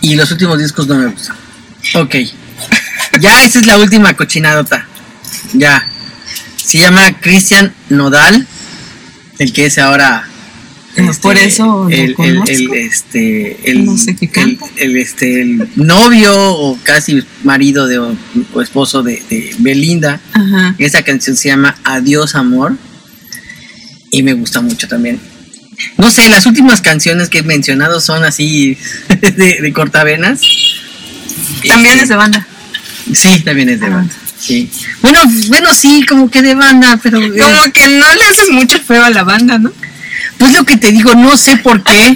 S1: Y los últimos discos no me gustan. Ok. Ya, esa es la última cochinadota. Ya. Se llama Cristian Nodal, el que es ahora. este,
S2: Ah, por eso lo
S1: el, el- el,
S2: conozco.
S1: este el,
S2: No sé qué canta.
S1: el- el, este el novio o casi marido de o, o esposo de, de Belinda
S2: Ajá.
S1: esa canción se llama Adiós Amor y me gusta mucho también. No sé, las últimas canciones que he mencionado son así de, de cortavenas.
S2: También
S1: Este,
S2: es de banda.
S1: Sí, también es de
S2: Ah.
S1: banda. Sí. Bueno, bueno, sí, como que de banda, pero... eh,
S2: Como que no le haces mucho feo a la banda, ¿no?
S1: Pues lo que te digo, no sé por qué.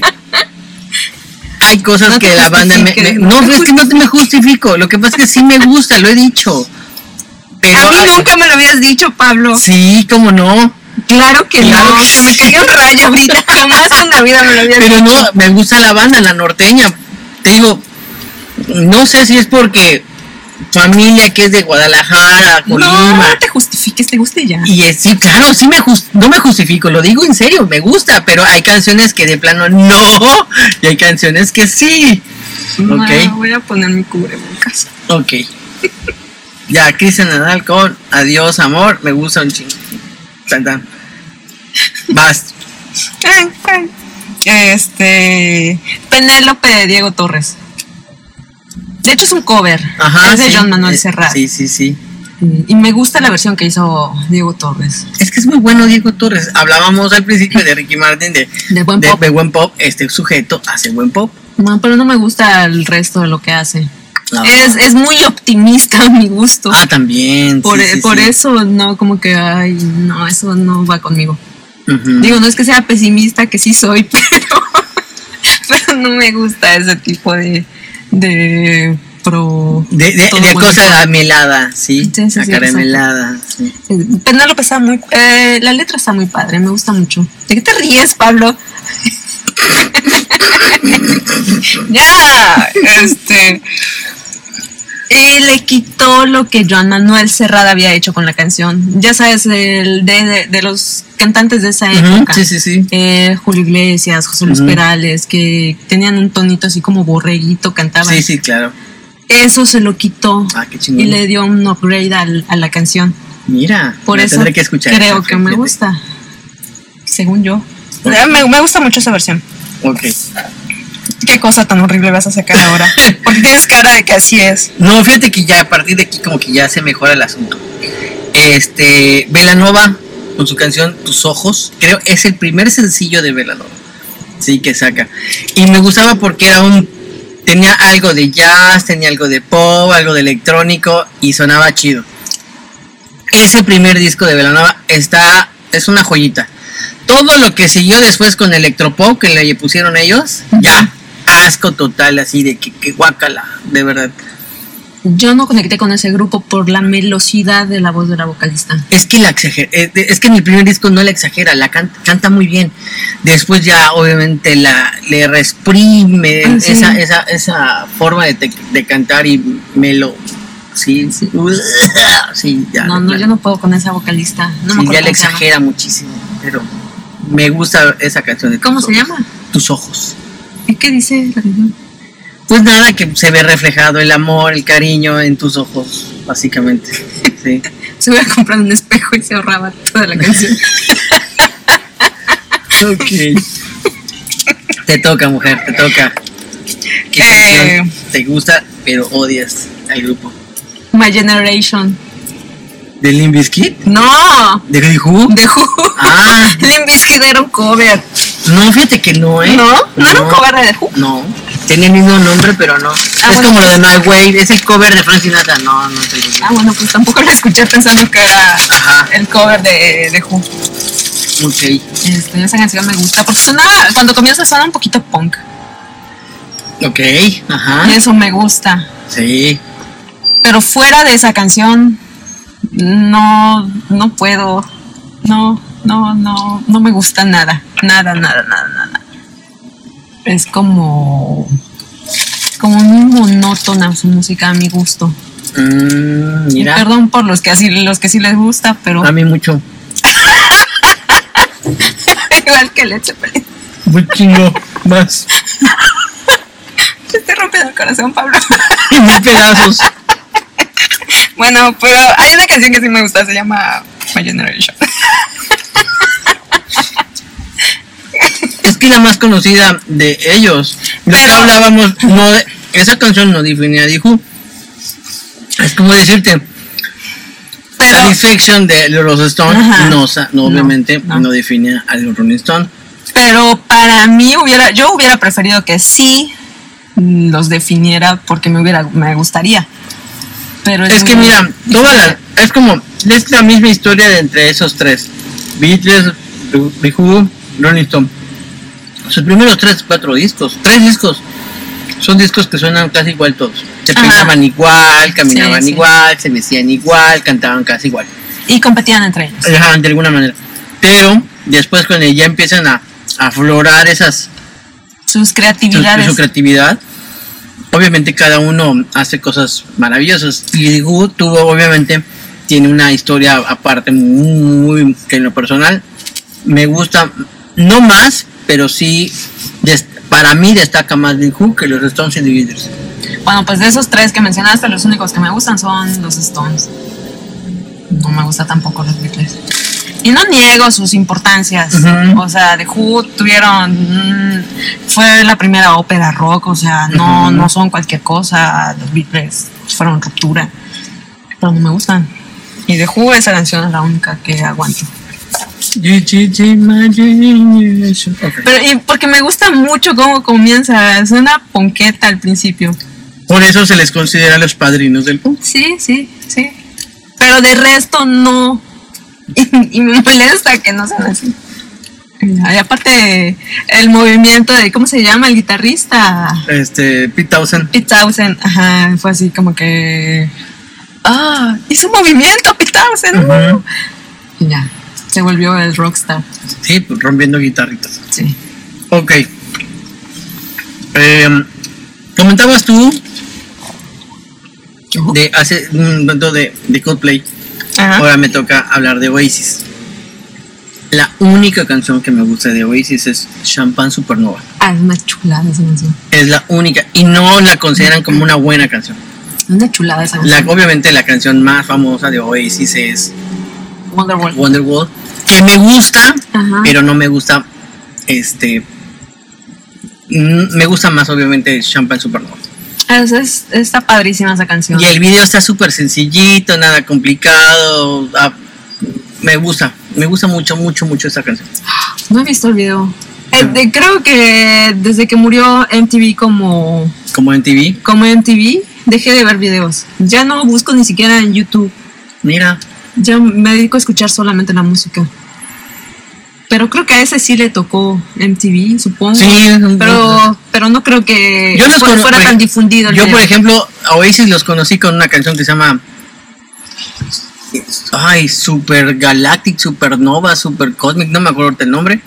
S1: Hay cosas
S2: No te
S1: que la banda me,
S2: justifiques,
S1: me-
S2: no
S1: No,
S2: te
S1: es que no te me justifico. Lo que pasa es que sí me gusta, lo he dicho. pero.
S2: A mí nunca me lo habías dicho, Pablo.
S1: Sí, cómo no.
S2: Claro que
S1: Claro
S2: no.
S1: que
S2: Se me
S1: sí.
S2: cayó un rayo ahorita. Jamás en la vida me lo habías
S1: Pero
S2: dicho.
S1: no, me gusta la banda, la norteña. Te digo, no sé si es porque familia que es de Guadalajara,
S2: No,
S1: Colima.
S2: no te justifiques, te guste ya.
S1: Y eh, sí, claro, sí me jus- no me justifico, lo digo en serio, me gusta, pero hay canciones que de plano no, y hay canciones que sí.
S2: No,
S1: Ok.
S2: voy a poner mi cubrebocas.
S1: Ok. Ya, Cristian Nadal con Adiós Amor, me gusta un chingo. Tan, tan. Vas.
S2: Ay, ay. Este. Penélope de Diego Torres. De hecho, es un cover.
S1: Ajá.
S2: es de
S1: sí.
S2: John Manuel
S1: Eh,
S2: Serrat.
S1: Sí, sí, sí.
S2: Y me gusta la versión que hizo Diego Torres.
S1: Es que es muy bueno Diego Torres. Hablábamos al principio de Ricky Martin de,
S2: De buen
S1: de-
S2: pop.
S1: de buen pop. Este sujeto hace buen pop.
S2: No, pero no me gusta el resto de lo que hace.
S1: Ah.
S2: Es, es muy optimista a mi gusto.
S1: Ah, también. sí,
S2: por e,
S1: sí,
S2: por
S1: sí.
S2: eso, no, como que, ay, no, eso no va conmigo.
S1: Ujú.
S2: Digo, no es que sea pesimista, que sí soy, pero, pero no me gusta ese tipo de, de pro.
S1: De, de,
S2: todo
S1: de
S2: bonito.
S1: cosa agaramelada, sí.
S2: Sí, sí, sí,
S1: acaramelada. sí.
S2: Penélope está muy. eh, la letra está muy padre, me gusta mucho. ¿De qué te ríes, Pablo? ya, este. Y le quitó lo que Joan Manuel Serrada había hecho con la canción. Ya sabes, el de, de- de los cantantes de esa
S1: Ujú,
S2: época.
S1: sí, sí, sí.
S2: Eh, Julio Iglesias, José Luis
S1: Ujú.
S2: Perales, que tenían un tonito así como borreguito, cantaban.
S1: Sí, sí, claro.
S2: Eso se lo quitó
S1: Ah, qué
S2: y
S1: chingón.
S2: le dio un upgrade al- a la canción.
S1: Mira,
S2: Por
S1: la
S2: eso
S1: tendré que escuchar.
S2: creo
S1: esa,
S2: que me
S1: fíjate.
S2: gusta. Según yo.
S1: Ok.
S2: Eh, Me, me gusta mucho esa versión.
S1: Ok.
S2: ¿Qué cosa tan horrible vas a sacar ahora? Porque tienes cara de que así es.
S1: No, fíjate que ya a partir de aquí como que ya se mejora el asunto. Este, Velanova con su canción Tus ojos, creo es el primer sencillo de Velanova. Sí, que saca. Y me gustaba porque era un tenía algo de jazz, tenía algo de pop, algo de electrónico y sonaba chido. Ese primer disco de Velanova está es una joyita. Todo lo que siguió después con Electropop que le pusieron ellos, ya asco total así de que, que guácala, de verdad.
S2: Yo no conecté con ese grupo por la melosidad de la voz de la vocalista.
S1: Es que la exagera, eh, de- es que en el primer disco no la exagera, la can- canta muy bien. Después ya obviamente la le resprime
S2: Ah, sí.
S1: esa, esa, esa forma de, te- de cantar y melo. Sí, sí. sí, ya.
S2: no,
S1: de
S2: no,
S1: plano.
S2: yo no puedo con esa vocalista. No
S1: Sí,
S2: me
S1: ya
S2: acuerdo
S1: le
S2: cómo se llama.
S1: exagera muchísimo, pero me gusta esa canción de
S2: ¿Cómo
S1: tus
S2: se
S1: ojos.
S2: llama?
S1: Tus ojos.
S2: ¿Y qué dice la canción?
S1: Pues nada, que se ve reflejado el amor, el cariño en tus ojos, básicamente. Sí.
S2: Se hubiera comprado un espejo y se ahorraba toda la canción.
S1: Ok. te toca, mujer, te toca. ¿Qué
S2: Eh.
S1: canción te gusta, pero odias al grupo?
S2: My Generation.
S1: ¿De Limp Bizkit?
S2: No,
S1: ¿De The Who?
S2: de Who.
S1: Ah,
S2: Limp Bizkit era un cover.
S1: no, fíjate que no, ¿eh?
S2: ¿No? ¿No era un cover de The Who?
S1: No, tenía el mismo nombre, pero no. es
S2: bueno.
S1: como lo de My Way, es el cover de Frank Sinatra. No, no estoy
S2: Ah, bueno, pues tampoco lo escuché pensando que era
S1: Ajá.
S2: el cover de, de Who.
S1: Ok,
S2: Este, esa canción me gusta porque suena, cuando comienza suena un poquito punk.
S1: ok,
S2: Y
S1: ajá.
S2: eso me gusta.
S1: Sí,
S2: Pero fuera de esa canción, no, no puedo. No, no, no, no me gusta nada. Nada, nada, nada, nada. Es como. Como muy monótona su música a mi gusto.
S1: Mm,
S2: Y
S1: mira,
S2: Perdón por los que así, los que sí les gusta, pero
S1: a mí mucho.
S2: igual que Led Zeppelin.
S1: Muy chingo, más.
S2: Te estoy rompiendo el corazón, Pablo.
S1: Y mil pedazos.
S2: Bueno, pero hay una canción que sí me gusta, se llama My Generation.
S1: Es que la más conocida de ellos. Lo que
S2: Pero-
S1: hablábamos, no de- esa canción no definía dijo. Es como decirte,
S2: Pero
S1: Satisfaction de los Stones
S2: Ajá.
S1: no, sa- no,
S2: No,
S1: obviamente
S2: no.
S1: no, definía a los Rolling Stones.
S2: Pero para mí hubiera, yo hubiera preferido que sí mm, los definiera porque me hubiera, me gustaría. Pero
S1: Es que
S2: muy-
S1: mira, todas las, es como, es la misma historia de entre esos tres. Beatles, The Who, Rolling Stone. Sus primeros tres, cuatro discos, tres discos Son discos que suenan casi igual todos. Se
S2: Ajá.
S1: peinaban igual, caminaban
S2: Sí, sí.
S1: igual, se vestían igual, cantaban casi igual.
S2: Y competían entre ellos.
S1: Ajá, de alguna manera. Pero después cuando ya empiezan a a aflorar esas
S2: Sus
S1: su,
S2: creatividades.
S1: su creatividad. Obviamente cada uno hace cosas maravillosas. Y Goo tuvo, obviamente, tiene una historia aparte muy, muy- que en lo personal me gusta, no más, pero sí, des- para mí destaca más Lil Who que los Stones y Dividers.
S2: Bueno, pues de esos tres que mencionaste, los únicos que me gustan son los Stones. No me gusta tampoco los Beatles. Y no niego sus importancias.
S1: Ujú.
S2: O sea, The Who tuvieron. mm, fue la primera ópera rock, o sea, no,
S1: Ujú.
S2: no son cualquier cosa. Los Beatles fueron ruptura. Pero no me gustan. Y The Who, esa canción es la única que aguanto.
S1: Ok.
S2: Pero y porque me gusta mucho cómo comienza. Es una ponqueta al principio.
S1: Por eso se les considera los padrinos del punk.
S2: Sí, sí, sí. Pero de resto no. Y, y me molesta que no sean así. Y aparte, el movimiento de, ¿cómo se llama? El guitarrista.
S1: Este, Pete Townsend.
S2: Pete Townsend, ajá, fue así como que. ¡Ah! Hizo un movimiento, Pete Townsend. ¡uh!
S1: Ujú.
S2: Y ya, se volvió el rockstar.
S1: Sí, pues, rompiendo guitarritas.
S2: Sí.
S1: Ok. Em, comentabas tú
S2: Yo.
S1: de hace un momento de, de Coldplay.
S2: Ajá.
S1: Ahora me toca hablar de Oasis. La única canción que me gusta de Oasis es Champagne Supernova.
S2: Ah, es una chulada esa canción.
S1: Es la única y no la consideran como una buena canción.
S2: Es una chulada esa
S1: La,
S2: canción.
S1: obviamente la canción más famosa de Oasis es
S2: Wonderwall.
S1: Wonderwall, que me gusta,
S2: Ajá.
S1: pero no me gusta este mm, me gusta más obviamente Champagne Supernova.
S2: Es- Ah, es- está padrísima esa canción.
S1: Y el video está súper sencillito, nada complicado. ah, me gusta, me gusta mucho, mucho, mucho esta canción.
S2: No he visto el video. Eh, de- creo que desde que murió MTV como,
S1: Como en TV,
S2: como MTV, dejé de ver videos. Ya no busco ni siquiera en YouTube.
S1: mira,
S2: Ya me dedico a escuchar solamente la música. Pero creo que a ese sí le tocó MTV, supongo.
S1: Sí, es un-
S2: Oh, pero, pero no creo que
S1: Yo los
S2: fuera,
S1: cono-
S2: fuera
S1: por ej-
S2: tan difundido. el
S1: yo
S2: video.
S1: por ejemplo a Oasis los conocí con una canción que se llama Ay, Super Galactic, Supernova, Super Cosmic, no me acuerdo ahorita el nombre.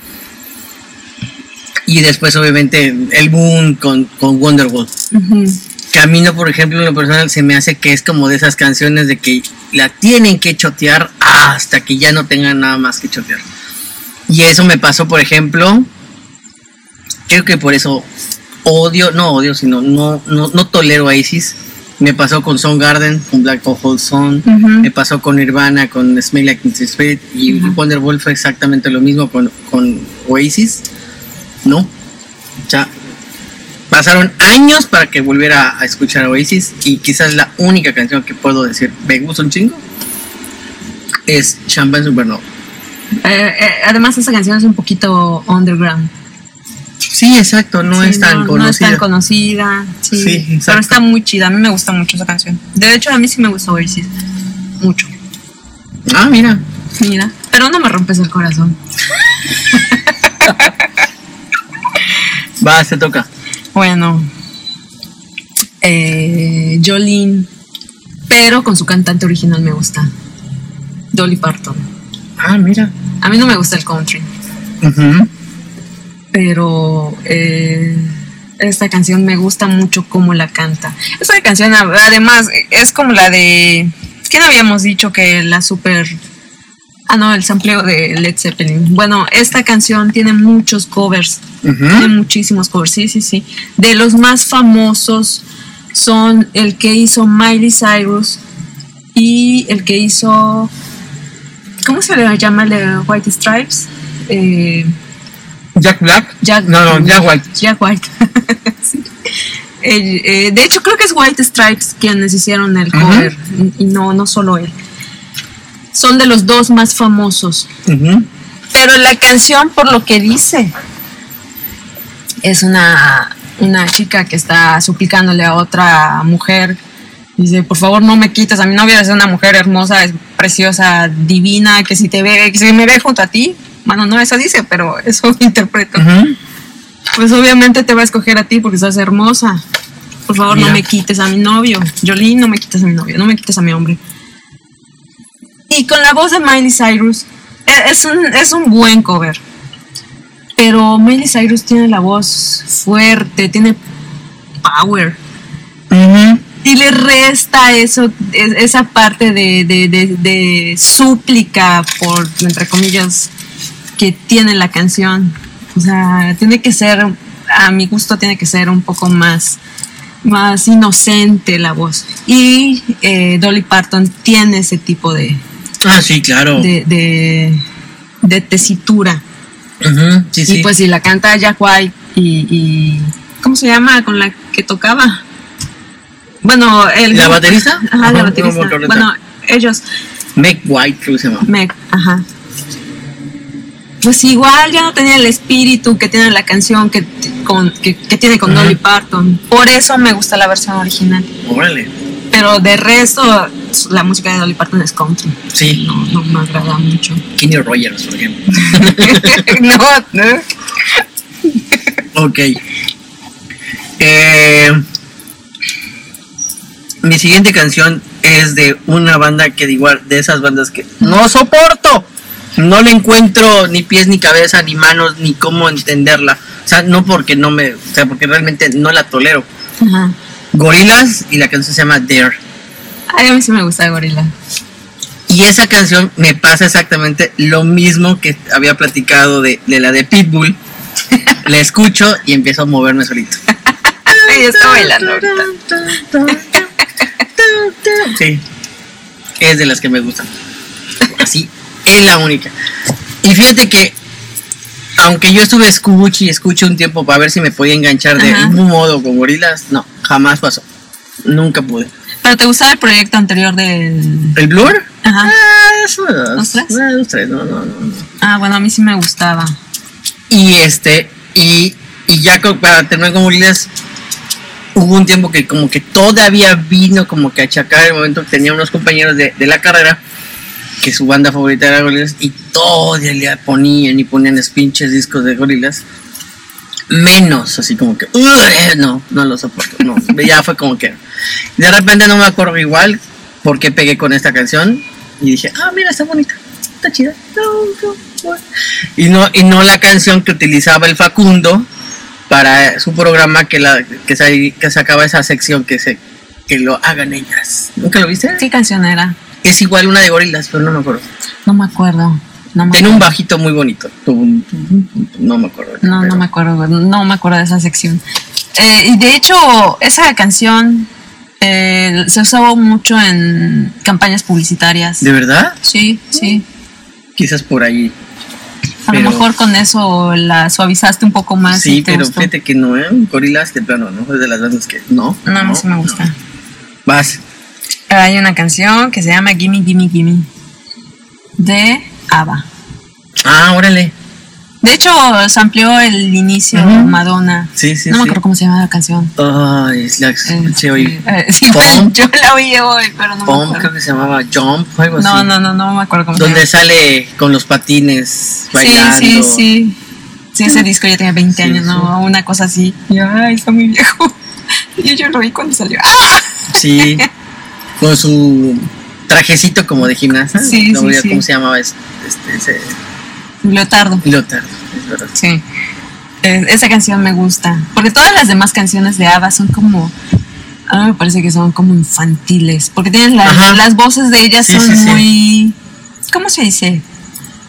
S1: Y después obviamente el boom con, con Wonderwall.
S2: Ujú.
S1: Camino, por ejemplo, en lo personal se me hace que es como de esas canciones de que la tienen que chotear hasta que ya no tengan nada más que chotear. Y eso me pasó, por ejemplo, creo que por eso odio, no odio, sino no, no, no tolero a Isis. Me pasó con Soundgarden, con Black Hole Sun,
S2: Ujú.
S1: me pasó con Nirvana, con Smell Like Teen Spirit y
S2: Ujú.
S1: Wonderwall fue exactamente lo mismo con, con Oasis. No, o sea, pasaron años para que volviera a escuchar Oasis y quizás la única canción que puedo decir me gusta un chingo es Champagne Supernova.
S2: Eh, eh, además, esa canción es un poquito underground.
S1: Sí, exacto, no
S2: Sí,
S1: es tan
S2: No es
S1: conocida.
S2: tan conocida. Sí,
S1: Sí, exacto.
S2: pero está muy chida. A mí me gusta mucho esa canción. De hecho, a mí sí me gusta Oasis. Mucho.
S1: ah, mira.
S2: Mira. Pero no me rompes el corazón.
S1: Va, se toca.
S2: Bueno. Eh, Jolene. Pero con su cantante original me gusta. Dolly Parton.
S1: Ah, mira.
S2: A mí no me gusta el country.
S1: Ujú.
S2: pero eh, esta canción me gusta mucho cómo la canta. Esta canción a- además es como la de ¿quién habíamos dicho que la super Ah, no, el sampleo de Led Zeppelin. Bueno, esta canción tiene muchos covers. Tiene
S1: Ujú.
S2: muchísimos covers, sí, sí, sí. De los más famosos son el que hizo Miley Cyrus y el que hizo. ¿Cómo se le llama el de White Stripes? Eh,
S1: Jack Black.
S2: Jack,
S1: No, no, Jack White.
S2: Jack White. Sí. El, eh, de hecho, creo que es White Stripes quienes hicieron el
S1: Ajá.
S2: cover, y- y no, no solo él. Son de los dos más famosos.
S1: Ujú.
S2: Pero la canción, por lo que dice, es una, una chica que está suplicándole a otra mujer. Dice, por favor, no me quites. A mi novia es una mujer hermosa, es preciosa, divina, que si te ve, que si me ve junto a ti. Bueno, no eso dice, pero eso interpreto
S1: Ujú.
S2: Pues obviamente te va a escoger a ti porque estás hermosa. Por favor,
S1: Mira.
S2: no me quites a mi novio. Jolie, no me quites a mi novio, no me quites a mi hombre. Y con la voz de Miley Cyrus, e- es un, es un buen cover. Pero Miley Cyrus tiene la voz fuerte, tiene power.
S1: Ujú.
S2: Y le resta eso, es- esa parte de, de- de- de súplica, por entre comillas, que tiene la canción. O sea, tiene que ser, a mi gusto, tiene que ser un poco más, más inocente la voz. Y eh, Dolly Parton tiene ese tipo de,
S1: Ah, sí, claro.
S2: de, de- de tesitura.
S1: Ujú, Sí,
S2: Y
S1: sí.
S2: pues si la canta Jack White y, y- ¿cómo se llama? Con la que tocaba. Bueno, el
S1: ¿La baterista?
S2: pues, Ajá,
S1: Ajá,
S2: la
S1: no me
S2: baterista.
S1: acuerdo.
S2: Bueno, ellos,
S1: Meg White, creo que se llama.
S2: Meg, ajá. Pues igual ya no tenía el espíritu que tiene la canción que, t- con, que, que tiene con
S1: Ajá.
S2: Dolly Parton. Por eso me gusta la versión original.
S1: Órale.
S2: Pero de resto, la música de Dolly Parton es country.
S1: Sí,
S2: No, no me agrada mucho.
S1: Kenny Rogers, por ejemplo.
S2: no, no.
S1: Ok. Eh, mi siguiente canción es de una banda que de igual, de esas bandas que no soporto. No le encuentro ni pies, ni cabeza, ni manos, ni cómo entenderla. O sea, no porque no me, o sea, porque realmente no la tolero.
S2: Ajá.
S1: Gorilas y la canción se llama Dare.
S2: Ay, a mí sí me gusta Gorila.
S1: Y esa canción me pasa exactamente lo mismo que había platicado de, de la de Pitbull. la escucho y empiezo a moverme solito.
S2: Ella Ah, está bailando ahorita.
S1: Sí. Es de las que me gustan. Así, es la única. Y fíjate que, aunque yo estuve escucho y escucho un tiempo para ver si me podía enganchar de
S2: Ajá.
S1: algún modo con gorilas, no, jamás pasó. Nunca pude.
S2: Pero te gustaba el proyecto anterior del.
S1: ¿El Blur?
S2: Ajá.
S1: Ah, eso.
S2: ¿Los tres?
S1: ah, los tres, no, no, no.
S2: Ah, bueno, a mí sí me gustaba.
S1: Y este, y, y ya co- para terminar con Gorilas, hubo un tiempo que como que todavía vino como que a achacar el momento que tenía unos compañeros de, de la carrera, que su banda favorita era Gorilas, y todavía le ponían y ponían los pinches discos de Gorilas. Menos, así como que, "Ugh, eh, no, no lo soporto, no, ya fue como que. De repente no me acuerdo igual porque pegué con esta canción y dije, ah, mira, está bonita, está chida. No, no, no". Y, no, y no la canción que utilizaba el Facundo para su programa que, la, que, sa- que sacaba esa sección que, se, que lo hagan ellas. ¿Nunca lo viste?
S2: ¿Qué canción era?
S1: Es igual una de gorilas, pero no me acuerdo.
S2: No me acuerdo. No me
S1: Tiene un
S2: acuerdo.
S1: bajito muy bonito. Tuvo un- No me acuerdo.
S2: No,
S1: pero-
S2: no me acuerdo. güey. No me acuerdo de esa sección. Eh, y de hecho, esa canción eh, se usó mucho en campañas publicitarias.
S1: ¿De verdad?
S2: Sí, sí.
S1: Quizás por ahí.
S2: A
S1: Pero-
S2: lo mejor con eso la suavizaste un poco más.
S1: sí,
S2: y Ah, te
S1: pero
S2: gustó.
S1: fíjate que no, ¿eh? Gorilas de plano, ¿no? Es de las bandas que no.
S2: No, a mí sí me gusta.
S1: no. Vas.
S2: Hay una canción que se llama Gimme, Gimme, Gimme de ABBA.
S1: Ah, órale.
S2: De hecho, se amplió el inicio
S1: Ujú.
S2: Madonna.
S1: Sí, sí,
S2: no me
S1: sí.
S2: acuerdo cómo se llama la canción.
S1: Ay, es la
S2: Este,
S1: escuché hoy.
S2: eh, sí,
S1: Pom.
S2: yo la oí hoy, pero no
S1: Pom,
S2: me
S1: creo
S2: acuerdo.
S1: que se llamaba Jump o algo
S2: No,
S1: así.
S2: no, no, no me acuerdo cómo
S1: Donde
S2: se
S1: sale con los patines
S2: llama.
S1: bailando. Ah,
S2: Sí, sí, sí. Sí, ese disco ya tenía 20
S1: Sí,
S2: años, ¿no? Una cosa así. Y, ay, está muy viejo. Y yo lo vi cuando salió. ¡Ah!
S1: Sí. Con su trajecito como de gimnasta.
S2: Sí,
S1: no
S2: sí,
S1: me acuerdo
S2: sí.
S1: ¿Cómo se llamaba ese? Este, ese
S2: Leotardo.
S1: Lothar, es verdad.
S2: Sí. Eh, Esa canción me gusta. Porque todas las demás canciones de ABBA son como. A mí me parece que son como infantiles. Porque tienen la-
S1: Ajá.
S2: las voces de ellas
S1: Sí,
S2: son
S1: sí, sí.
S2: muy. ¿Cómo se dice?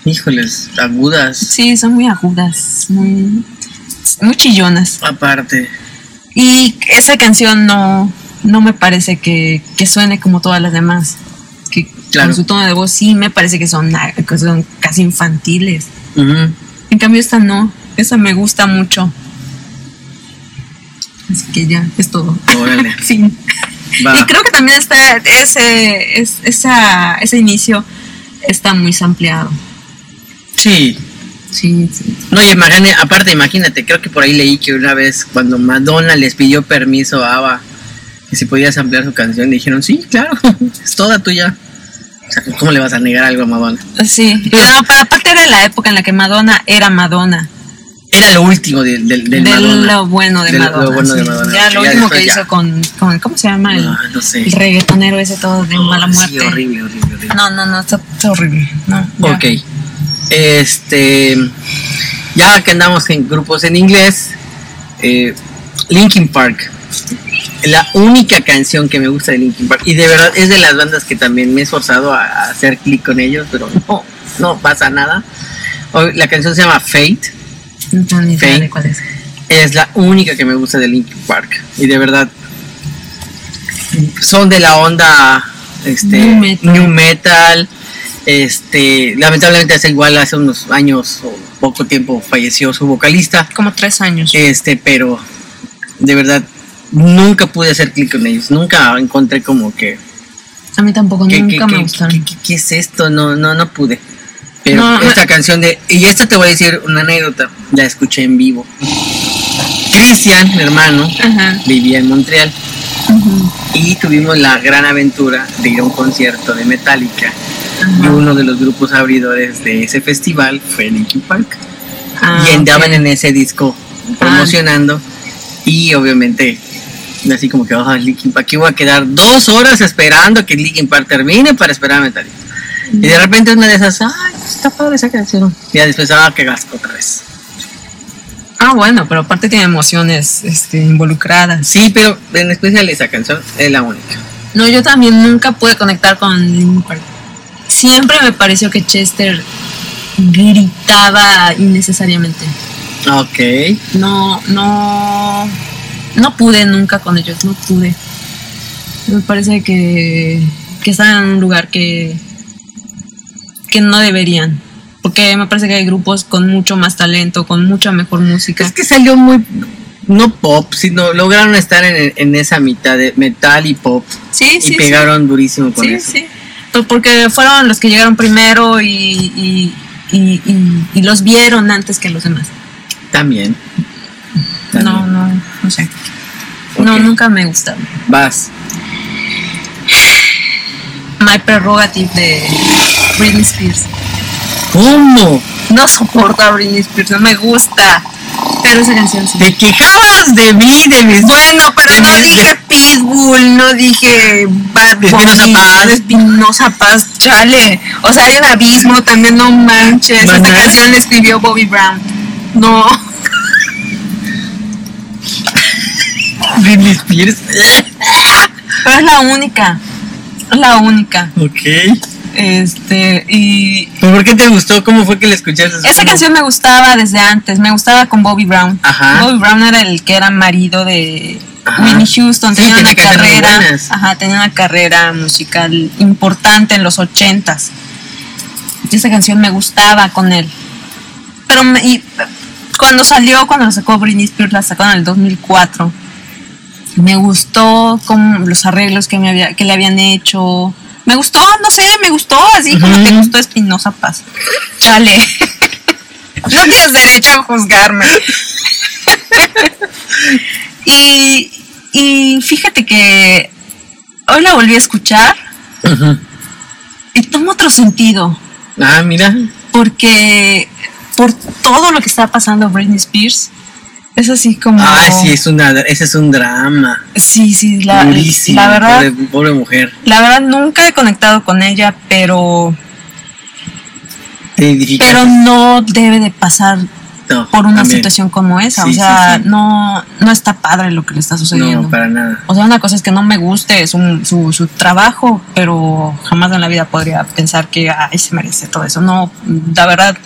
S1: Híjoles, agudas.
S2: Sí, son muy agudas. Muy, muy chillonas.
S1: Aparte.
S2: Y esa canción no, no me parece que, que suene como todas las demás. Que
S1: Claro.
S2: con su tono de voz sí me parece que son, ah, que son casi infantiles.
S1: Ujú.
S2: En cambio esta no, esa me gusta mucho. Así que ya, es todo.
S1: Órale.
S2: Sí.
S1: Va.
S2: Y creo que también está ese, es- esa, ese inicio está muy sampleado.
S1: Sí.
S2: Sí, sí.
S1: No, y imagine, aparte, imagínate, creo que por ahí leí que una vez cuando Madonna les pidió permiso a ABBA que si podías ampliar su canción, le dijeron, sí, claro, es toda tuya. O sea, ¿cómo le vas a negar algo a Madonna?
S2: Sí. No, pa- aparte era la época en la que Madonna era Madonna.
S1: era lo último del, del, del
S2: de
S1: Madonna.
S2: lo bueno de
S1: De lo-
S2: Madonna.
S1: lo bueno de
S2: sí.
S1: Madonna,
S2: Ya
S1: sí,
S2: lo
S1: ya
S2: último
S1: después
S2: que
S1: ya.
S2: hizo con, con- ¿Cómo se llama? El,
S1: No, Ah, no sé.
S2: el reggaetonero ese todo de mala
S1: Oh, sí,
S2: muerte.
S1: horrible, horrible, horrible.
S2: No, no, no, está, está horrible. No, ya.
S1: Ok. Este. Ya que andamos en grupos en inglés, eh, Linkin Park. La única canción que me gusta de Linkin Park. Y de verdad es de las bandas que también me he esforzado a, a hacer clic con ellos, pero no, no pasa nada. O- La canción se llama Fate.
S2: No tengo ni idea
S1: Sí.
S2: de cuál es.
S1: Es la única que me gusta de Linkin Park. Y de verdad. Son de la onda. Este,
S2: Nu metal.
S1: new metal. Este, lamentablemente hace igual, hace unos años o poco tiempo falleció su vocalista.
S2: Como tres años.
S1: Este, pero de verdad nunca pude hacer clic con ellos. Nunca encontré como que.
S2: A mí tampoco,
S1: ¿Qué,
S2: Oh, nunca
S1: qué-
S2: me
S1: qué-
S2: gustaron.
S1: qué- qué- qué es esto? No, no, no pude. Pero
S2: No,
S1: esta canción de. Y esta te voy a decir una anécdota. La escuché en vivo. Cristian, mi hermano,
S2: Ajá.
S1: vivía en Montreal y tuvimos la gran aventura de ir a un concierto de Metallica. Y
S2: Ajá.
S1: uno de los grupos abridores de ese festival fue Linkin Park.
S2: Ah,
S1: y andaban
S2: ok. Ah.
S1: en ese disco promocionando. Y obviamente, así como que, oh, Linkin Park, aquí voy a quedar dos horas esperando que Linkin Park termine para esperar a Metallica. Y de repente una de esas, ay, está padre esa canción. Y ya después, ah, que gasco otra vez.
S2: Ah, bueno, pero aparte tiene emociones este, involucradas.
S1: Sí, pero en especial esa canción es la única.
S2: No, yo también nunca pude conectar con Linkin Park. Siempre me pareció que Chester gritaba innecesariamente.
S1: Ok.
S2: No, no, no pude nunca con ellos, no pude. Me parece que, que están en un lugar que, que no deberían. Porque me parece que hay grupos con mucho más talento, con mucha mejor música.
S1: Es que salió muy. No pop, sino lograron estar en, en esa mitad de metal y pop.
S2: sí,
S1: Y
S2: sí, sí.
S1: pegaron durísimo con
S2: Sí,
S1: eso.
S2: sí. Pues porque fueron los que llegaron primero y, y- y- y- y los vieron antes que los demás.
S1: También.
S2: No,
S1: También.
S2: no, no sé.
S1: Ok.
S2: No, nunca me gustaron.
S1: Vas.
S2: My Prerogative de Britney Spears.
S1: ¿Cómo?
S2: No soporto a Britney Spears, no me gusta. Pero esa canción sí.
S1: Te quejabas de mí, de mis.
S2: Bueno, pero
S1: de
S2: no
S1: mis-
S2: dije Pitbull, no dije Bad
S1: De Espinosa
S2: Bunny,
S1: Paz.
S2: de Espinosa Paz, chale. O sea, hay el abismo también, no manches.
S1: Maná.
S2: Esta canción la escribió Bobby Brown. No.
S1: Britney Spears.
S2: Pero es la única. Es la única.
S1: ok.
S2: Este, y
S1: ¿Pero ¿Por qué te gustó? ¿Cómo fue que la escuchaste?
S2: esa
S1: ¿Cómo?
S2: canción me gustaba desde antes. Me gustaba con Bobby Brown.
S1: Ajá.
S2: Bobby Brown era el que era marido de
S1: Ajá.
S2: Winnie Houston.
S1: Sí,
S2: Tenía
S1: tenía
S2: una
S1: canciones muy
S2: carrera.
S1: buenas.
S2: Ajá, tenía una carrera musical importante en los ochentas. Y esa canción me gustaba con él. Pero me- y, cuando salió, cuando la sacó Britney Spears, la sacó en el 2004. Me gustó con los arreglos que, me había, que le habían hecho. Me gustó, no sé, me gustó, así como te
S1: Ujú.
S2: gustó Espinosa Paz. Chale. No tienes derecho a juzgarme. y, y fíjate que hoy la volví a escuchar
S1: Ujú.
S2: y toma otro sentido,
S1: Ah, mira.
S2: porque por todo lo que está pasando Britney Spears, es así como...
S1: Ah, sí, es una, ese es un drama.
S2: Sí, sí, la,
S1: durísimo.
S2: la verdad,
S1: Pobre, pobre mujer.
S2: la verdad nunca he conectado con ella, pero,
S1: Te edificaste.
S2: pero no debe de pasar
S1: No,
S2: por una
S1: también.
S2: situación como esa.
S1: Sí,
S2: o
S1: sí,
S2: sea,
S1: sí.
S2: No, no está padre lo que le está sucediendo.
S1: No, para nada.
S2: O sea, una cosa es que no me guste su, su, su trabajo, pero jamás en la vida podría pensar que, ay, se merece todo eso. No, la verdad,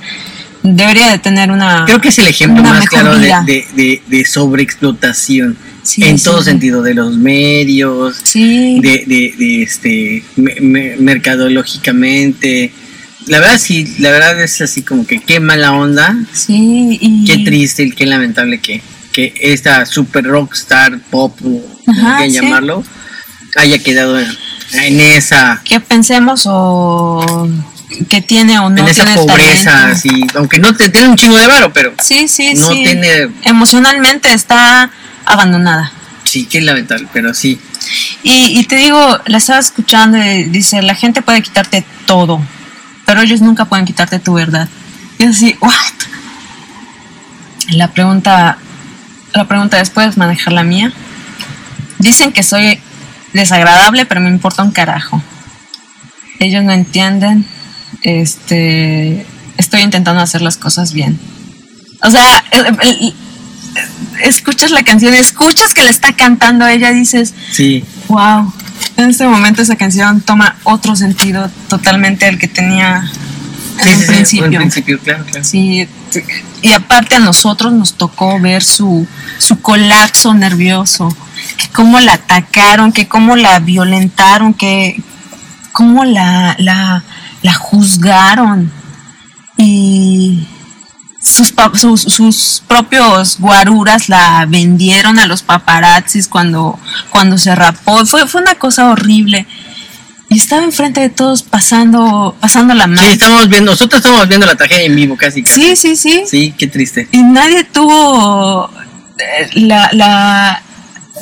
S2: debería de tener una...
S1: Creo que es el ejemplo
S2: Ah. Una
S1: más
S2: mejor
S1: claro de,
S2: vida.
S1: de, de- de sobreexplotación
S2: Sí,
S1: en
S2: sí,
S1: todo
S2: sí.
S1: sentido, de los medios,
S2: Sí,
S1: de, de, de, este me- me- mercadológicamente. La verdad sí, la verdad es así como que qué mala onda,
S2: sí, y...
S1: qué triste y qué lamentable que, que esta super rockstar pop, o como
S2: Ajá,
S1: quieran
S2: sí.
S1: llamarlo, haya quedado en, en esa
S2: Que pensemos o que tiene o no
S1: en esa
S2: tiene
S1: pobreza,
S2: talento.
S1: así, aunque no te tiene un chingo de varo, pero
S2: Sí, sí,
S1: no
S2: sí.
S1: tiene,
S2: Emocionalmente está abandonada.
S1: sí, qué lamentable, pero sí.
S2: Y, y te digo, la estaba escuchando y dice, la gente puede quitarte todo, pero ellos nunca pueden quitarte tu verdad. Y es así, ¿what? La pregunta, la pregunta es, ¿puedes manejar la mía? Dicen que soy desagradable, pero me importa un carajo. Ellos no entienden. Este, estoy intentando hacer las cosas bien. O sea, el- el- el- escuchas la canción, escuchas que la está cantando ella, dices,
S1: Sí.
S2: wow. En este momento esa canción toma otro sentido totalmente al que tenía
S1: Sí, sí,
S2: en un
S1: sí, En
S2: principio.
S1: principio, claro, claro.
S2: Sí, t- y aparte a nosotros nos tocó ver su, su colapso nervioso, que cómo la atacaron, que cómo la violentaron, que cómo la, la, la juzgaron. Y sus, pa- sus, sus propios guaruras la vendieron a los paparazzis cuando, cuando se rapó. Fue, fue una cosa horrible. Y estaba enfrente de todos pasando, pasando la
S1: Sí,
S2: mano.
S1: estamos viendo, nosotros estamos viendo la tragedia en vivo casi. casi.
S2: Sí, sí, sí.
S1: Sí, qué triste.
S2: Y nadie tuvo eh, la, la,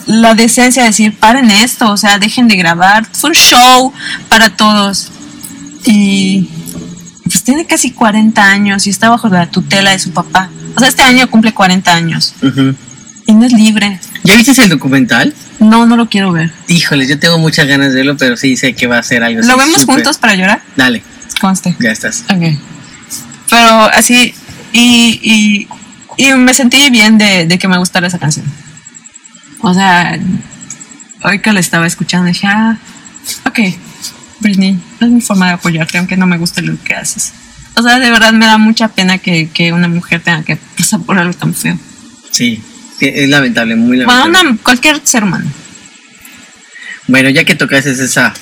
S2: la decencia de decir, paren esto, o sea, dejen de grabar. Fue un show para todos. Y pues tiene casi 40 años y está bajo la tutela de su papá. O sea, este año cumple 40 años
S1: Ujú.
S2: y no es libre.
S1: ¿Ya viste el documental?
S2: No, no lo quiero ver.
S1: Híjole, yo tengo muchas ganas de verlo, pero sí sé que va a ser algo.
S2: ¿Lo
S1: así
S2: vemos
S1: súper-
S2: juntos para llorar?
S1: Dale,
S2: Conste.
S1: ya estás.
S2: Ok. Pero así, y, y, y me sentí bien de, de que me gustara esa canción. O sea, hoy que la estaba escuchando dije, ah, ok, Britney, es mi forma de apoyarte, aunque no me guste lo que haces. O sea, de verdad me da mucha pena que, que una mujer tenga que pasar por algo tan feo.
S1: Sí, sí, es lamentable, muy
S2: Bueno,
S1: lamentable.
S2: una- cualquier ser humano.
S1: Bueno, ya que tocaste esa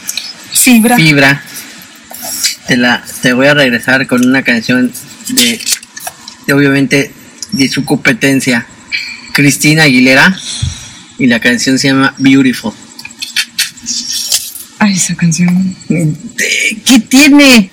S2: Fibra.
S1: fibra, te, la, te voy a regresar con una canción de, de obviamente, de su competencia, Cristina Aguilera, y la canción se llama Beautiful.
S2: Ay, esa canción.
S1: de- ¿qué tiene?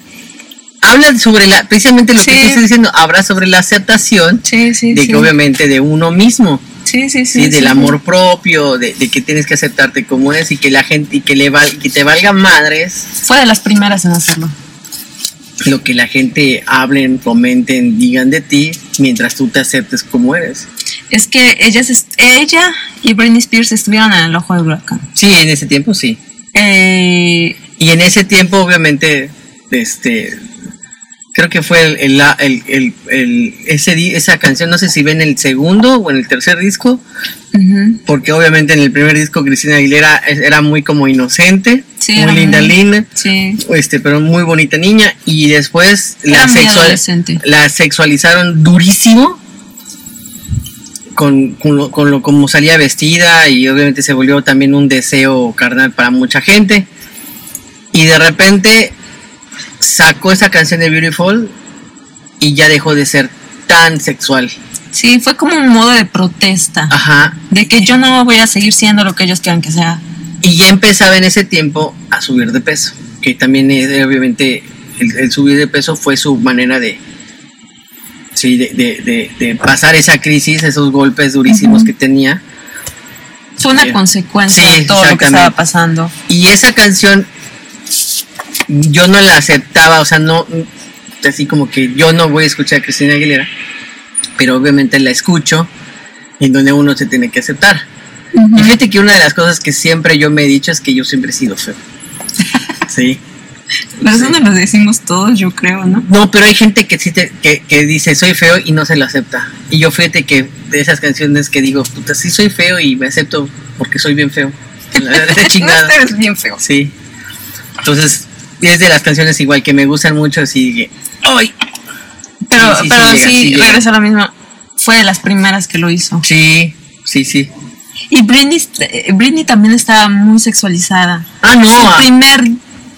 S1: Habla sobre la, precisamente lo
S2: Sí.
S1: que tú estás diciendo, habla sobre la aceptación
S2: Sí, sí,
S1: de
S2: sí.
S1: que obviamente de uno mismo,
S2: Sí, sí, sí.
S1: ¿sí? del
S2: sí.
S1: amor propio, de, de que tienes que aceptarte como es y que la gente, y que le val- que te valga madres
S2: Fue de las primeras en hacerlo.
S1: lo que la gente hablen, comenten, digan de ti, mientras tú te aceptes como eres.
S2: Es que ellas, es- ella y Britney Spears estuvieron en el ojo del huracán.
S1: Sí, en ese tiempo sí.
S2: Eh,
S1: Y en ese tiempo, obviamente, este. Creo que fue el, el, la- el- el- el- ese di- esa canción, no sé si ven el segundo o en el tercer disco,
S2: ujú.
S1: porque obviamente en el primer disco Cristina Aguilera es- era muy como inocente,
S2: Sí, era
S1: muy linda,
S2: muy-
S1: linda,
S2: Sí.
S1: este, pero muy bonita niña, y después
S2: Era
S1: la,
S2: muy
S1: sexual-
S2: adolescente.
S1: la sexualizaron durísimo con, con lo, con lo como salía vestida y obviamente se volvió también un deseo carnal para mucha gente. Y de repente sacó esa canción de Beautiful y ya dejó de ser tan sexual.
S2: Sí, fue como un modo de protesta.
S1: Ajá,
S2: De que yo no voy a seguir siendo lo que ellos quieran que sea.
S1: Y ya empezaba en ese tiempo a subir de peso, que también eh, obviamente el, el subir de peso fue su manera de, sí, de, de- de- de pasar esa crisis, esos golpes durísimos
S2: Ujú.
S1: que tenía.
S2: Fue una
S1: Sí.
S2: consecuencia
S1: Sí,
S2: de todo lo que
S1: exactamente.
S2: estaba pasando.
S1: Y esa canción yo no la aceptaba, o sea, no, mm, así como que yo no voy a escuchar a Cristina Aguilera, pero obviamente la escucho en donde uno se tiene que aceptar. Y fíjate que una de las cosas que siempre yo me he dicho es que yo siempre he sido feo. Sí.
S2: Pero eso
S1: Sí.
S2: nos lo decimos todos, yo creo, ¿no?
S1: No, pero hay gente que, sí te- que, que dice soy feo y no se lo acepta. Y yo fíjate que de esas canciones que digo, puta, sí soy feo y me acepto porque soy bien feo. La verdad es
S2: No,
S1: chingada.
S2: este es bien feo.
S1: Sí. Entonces, es de las canciones igual que me gustan mucho, así que, ¡ay!
S2: Pero
S1: Sí, sí, sí,
S2: pero sí,
S1: llega, sí llega.
S2: regreso a lo mismo. Fue de las primeras que lo hizo.
S1: Sí, sí, sí.
S2: Y Britney, eh, Britney también estaba muy sexualizada.
S1: Ah, no,
S2: Su
S1: ah,
S2: primer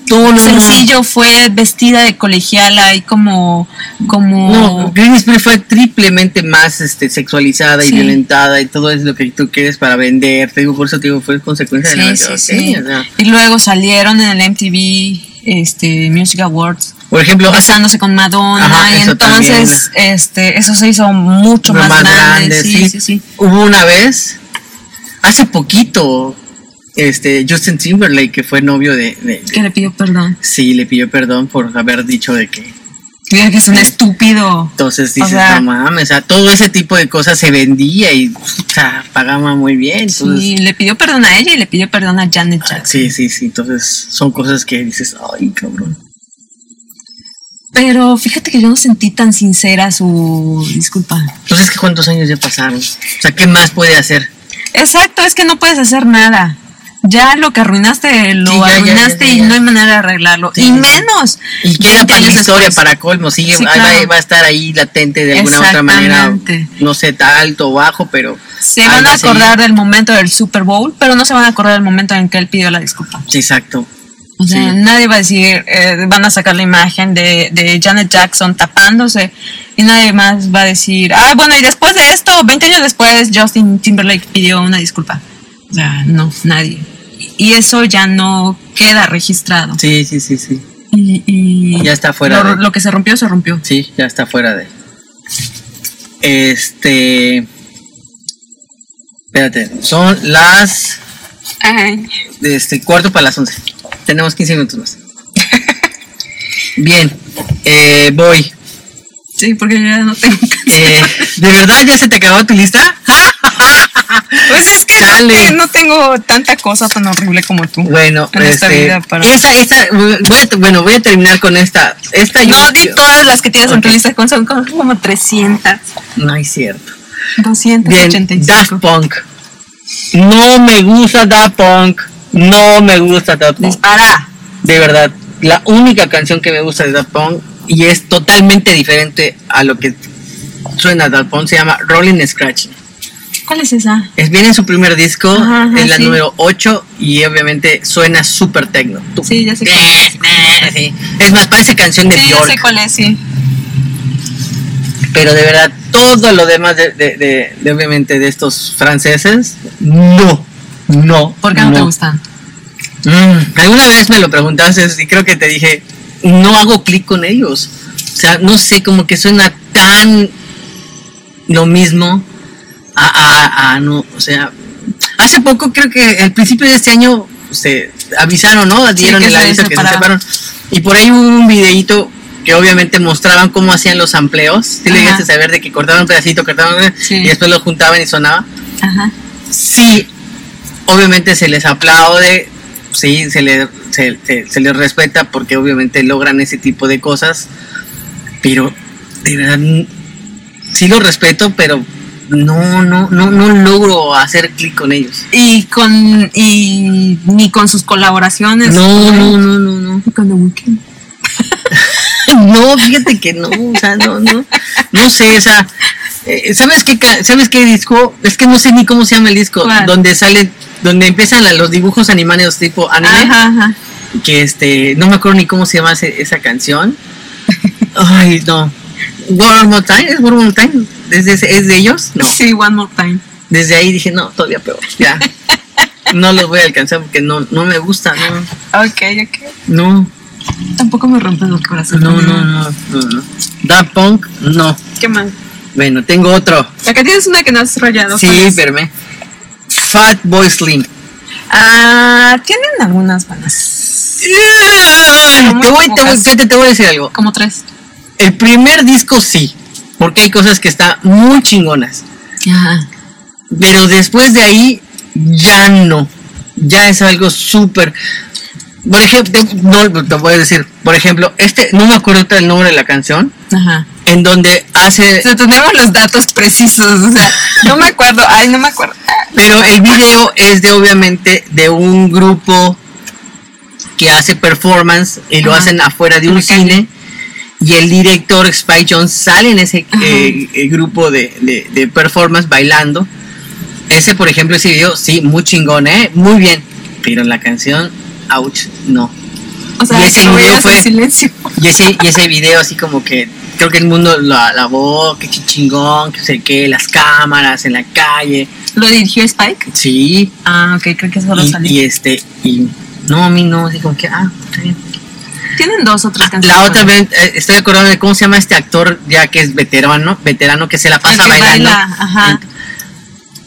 S1: tú no, no.
S2: sencillo fue vestida de colegiala y como como
S1: No, Britney Spears fue triplemente más este, sexualizada y
S2: Sí.
S1: violentada y todo es lo que tú quieres para vender. Te digo, por eso te digo, fue consecuencia de la
S2: sí, sí,
S1: venta.
S2: sí.
S1: o sea.
S2: y luego salieron en el MTV este Music Awards
S1: Por ejemplo, hace-
S2: casándose con Madonna
S1: Ajá,
S2: y
S1: eso
S2: entonces este eso se hizo mucho más, grande, sí, sí, sí.
S1: Hubo una vez, hace poquito, este Justin Timberlake, que fue novio de, de- de-
S2: que le pidió perdón
S1: Sí, le pidió perdón por haber dicho de que
S2: Y es que es un estúpido.
S1: Entonces dices,
S2: sea-
S1: no mames, o sea, todo ese tipo de cosas se vendía y puta, pagaba muy bien. Entonces,
S2: Y le pidió perdón a ella y le pidió perdón a Janet Jackson.
S1: Sí, sí, sí. Entonces son cosas que dices, ay, cabrón.
S2: Pero fíjate que yo no sentí tan sincera su disculpa.
S1: Entonces, ¿qué cuántos años ya pasaron? O sea, ¿qué más puede hacer?
S2: Exacto, es que no puedes hacer nada. Ya lo que arruinaste, lo
S1: Sí, ya, ya, ya,
S2: arruinaste
S1: ya,
S2: y
S1: ya.
S2: no hay manera de arreglarlo.
S1: Sí,
S2: y
S1: sí.
S2: menos.
S1: Y
S2: 20
S1: queda para la
S2: años
S1: historia,
S2: después.
S1: para colmo. Sigue,
S2: Sí,
S1: ahí va-
S2: claro.
S1: va, a estar ahí latente de alguna u otra manera.
S2: Exactamente.
S1: No sé, alto o bajo, pero
S2: Se
S1: ahí
S2: van
S1: va
S2: a
S1: a seguir.
S2: acordar del momento del Super Bowl, pero no se van a acordar del momento en que él pidió la disculpa.
S1: sí, exacto.
S2: O sea,
S1: Sí.
S2: nadie va a decir, eh, van a sacar la imagen de, de Janet Jackson tapándose y nadie más va a decir, ah, bueno, y después de esto, 20 años después, Justin Timberlake pidió una disculpa. O sea, no, nadie. Y eso ya no queda registrado.
S1: Sí, sí, sí, sí.
S2: Y, y
S1: Ya está fuera
S2: Lo,
S1: de-
S2: lo que se rompió, se rompió.
S1: Sí, ya está fuera de. Este. Espérate, son las. Este, cuarto para las 11. Tenemos 15 minutos más. Bien, eh, voy.
S2: Sí, porque yo ya no tengo...
S1: Eh, ¿De verdad ya se te acabó tu lista?
S2: Pues es que no,
S1: Chale.
S2: te- no tengo tanta cosa tan horrible como tú.
S1: Bueno,
S2: En esta
S1: este,
S2: vida para-
S1: esta, esta, voy a, bueno, voy a terminar con esta. Esta yo-
S2: No, di todas las que tienes en tu
S1: Ok.
S2: lista, con- son como 300.
S1: No es cierto. Bien,
S2: 285.
S1: Daft Punk. No me gusta Daft Punk. No me gusta Daft Punk.
S2: pues, Dispara.
S1: De verdad, la única canción que me gusta de Daft Punk y es totalmente diferente a lo que suena Daft Punk se llama Rolling Scratch.
S2: ¿Cuál es esa?
S1: Es bien en su primer disco,
S2: Ajá, ajá,
S1: es la
S2: sí.
S1: número 8 y obviamente suena súper tecno. Tu-
S2: Sí, ya sé cuál es.
S1: Sí. Es más, parece canción de
S2: Sí, ya
S1: Bjork,
S2: sé cuál es, sí.
S1: pero de verdad todo lo demás de, de- de- de obviamente de estos franceses, no, no.
S2: ¿Por qué no, te gustan?
S1: Mm, alguna vez me lo preguntaste y creo que te dije, no hago clic con ellos. O sea, no sé, como que suena tan lo mismo a, a- a- no, o sea, hace poco creo que al principio de este año se avisaron, ¿no? Dieron
S2: que
S1: el
S2: se
S1: aviso que se
S2: separaron.
S1: separaron. Y por ahí hubo un videíto que obviamente mostraban cómo hacían los amplios. Si le
S2: Ajá.
S1: llegaste a saber de que cortaban un pedacito, cortaban
S2: Sí.
S1: y después lo juntaban y sonaba
S2: Ajá.
S1: sí, obviamente se les aplaude, sí, se, le, se, se- se les respeta porque obviamente logran ese tipo de cosas, pero de verdad n- sí lo respeto, pero no, no, no, no logro hacer clic con ellos.
S2: Y con. Y ni con sus colaboraciones.
S1: No, no, no, no, no.
S2: Y con The Weeknd.
S1: No, fíjate que no, o sea, no, no, no sé, o sea, eh, ¿sabes qué, ca- ¿sabes qué disco? Es que no sé ni cómo se llama el disco,
S2: ¿Cuál?
S1: donde sale, donde empiezan la- los dibujos animados tipo anime.
S2: Ajá, ajá.
S1: que este, no me acuerdo ni cómo se llama ese- esa canción. Ay, no. War More Time, es War More Time. ¿Desde ese- ¿Es de ellos? No.
S2: Sí, One More Time.
S1: Desde ahí dije, no, todavía peor. Ya. No los voy a alcanzar porque no, no me gusta. No,
S2: Ok, ok.
S1: no,
S2: Tampoco me rompes el corazón.
S1: no, no, no. no, no. Daft Punk, no.
S2: ¿Qué más?
S1: Bueno, tengo otro.
S2: Acá tienes una que no has rayado. ¿cuál
S1: Sí,
S2: es?
S1: verme. Fat Boy Slim.
S2: Ah, tienen algunas buenas.
S1: Te voy,
S2: muy
S1: te, voy,
S2: pocas.
S1: fíjate, te voy a decir algo.
S2: Como tres.
S1: El primer disco sí, porque hay cosas que están muy chingonas.
S2: Ajá.
S1: Pero después de ahí, ya no. Ya es algo súper. Por ejemplo, no te voy a decir. Por ejemplo, este, no me acuerdo ahorita el nombre de la canción,
S2: Ajá.
S1: en donde hace.
S2: O sea, tenemos los datos precisos, o sea, no me acuerdo, ay, no me acuerdo.
S1: Pero el video es de, obviamente, de un grupo que hace performance y lo
S2: Ajá.
S1: hacen afuera de
S2: En
S1: un
S2: la calle.
S1: cine. Y el director Spike Jones sale en ese
S2: Ajá.
S1: eh, eh, grupo de, de- de performance bailando. Ese, por ejemplo, ese video, sí, muy chingón, ¿eh? Muy bien. Pero la canción, ouch, no.
S2: O sea,
S1: Y ese
S2: que lo
S1: video
S2: veas
S1: fue-
S2: en silencio.
S1: Y ese, y ese video así como que creo que el mundo lo alabó, que chi- chingón, que sé qué, las cámaras en la calle.
S2: ¿Lo dirigió Spike?
S1: Sí,
S2: Ah, ok, creo que solo
S1: y,
S2: salió.
S1: y este y no a mí no así como que ah está bien.
S2: Tienen dos o tres canciones.
S1: la otra vez eh, estoy acordando de cómo se llama este actor ya que es veterano veterano que se la
S2: El
S1: pasa
S2: que
S1: bailando
S2: baila, ajá.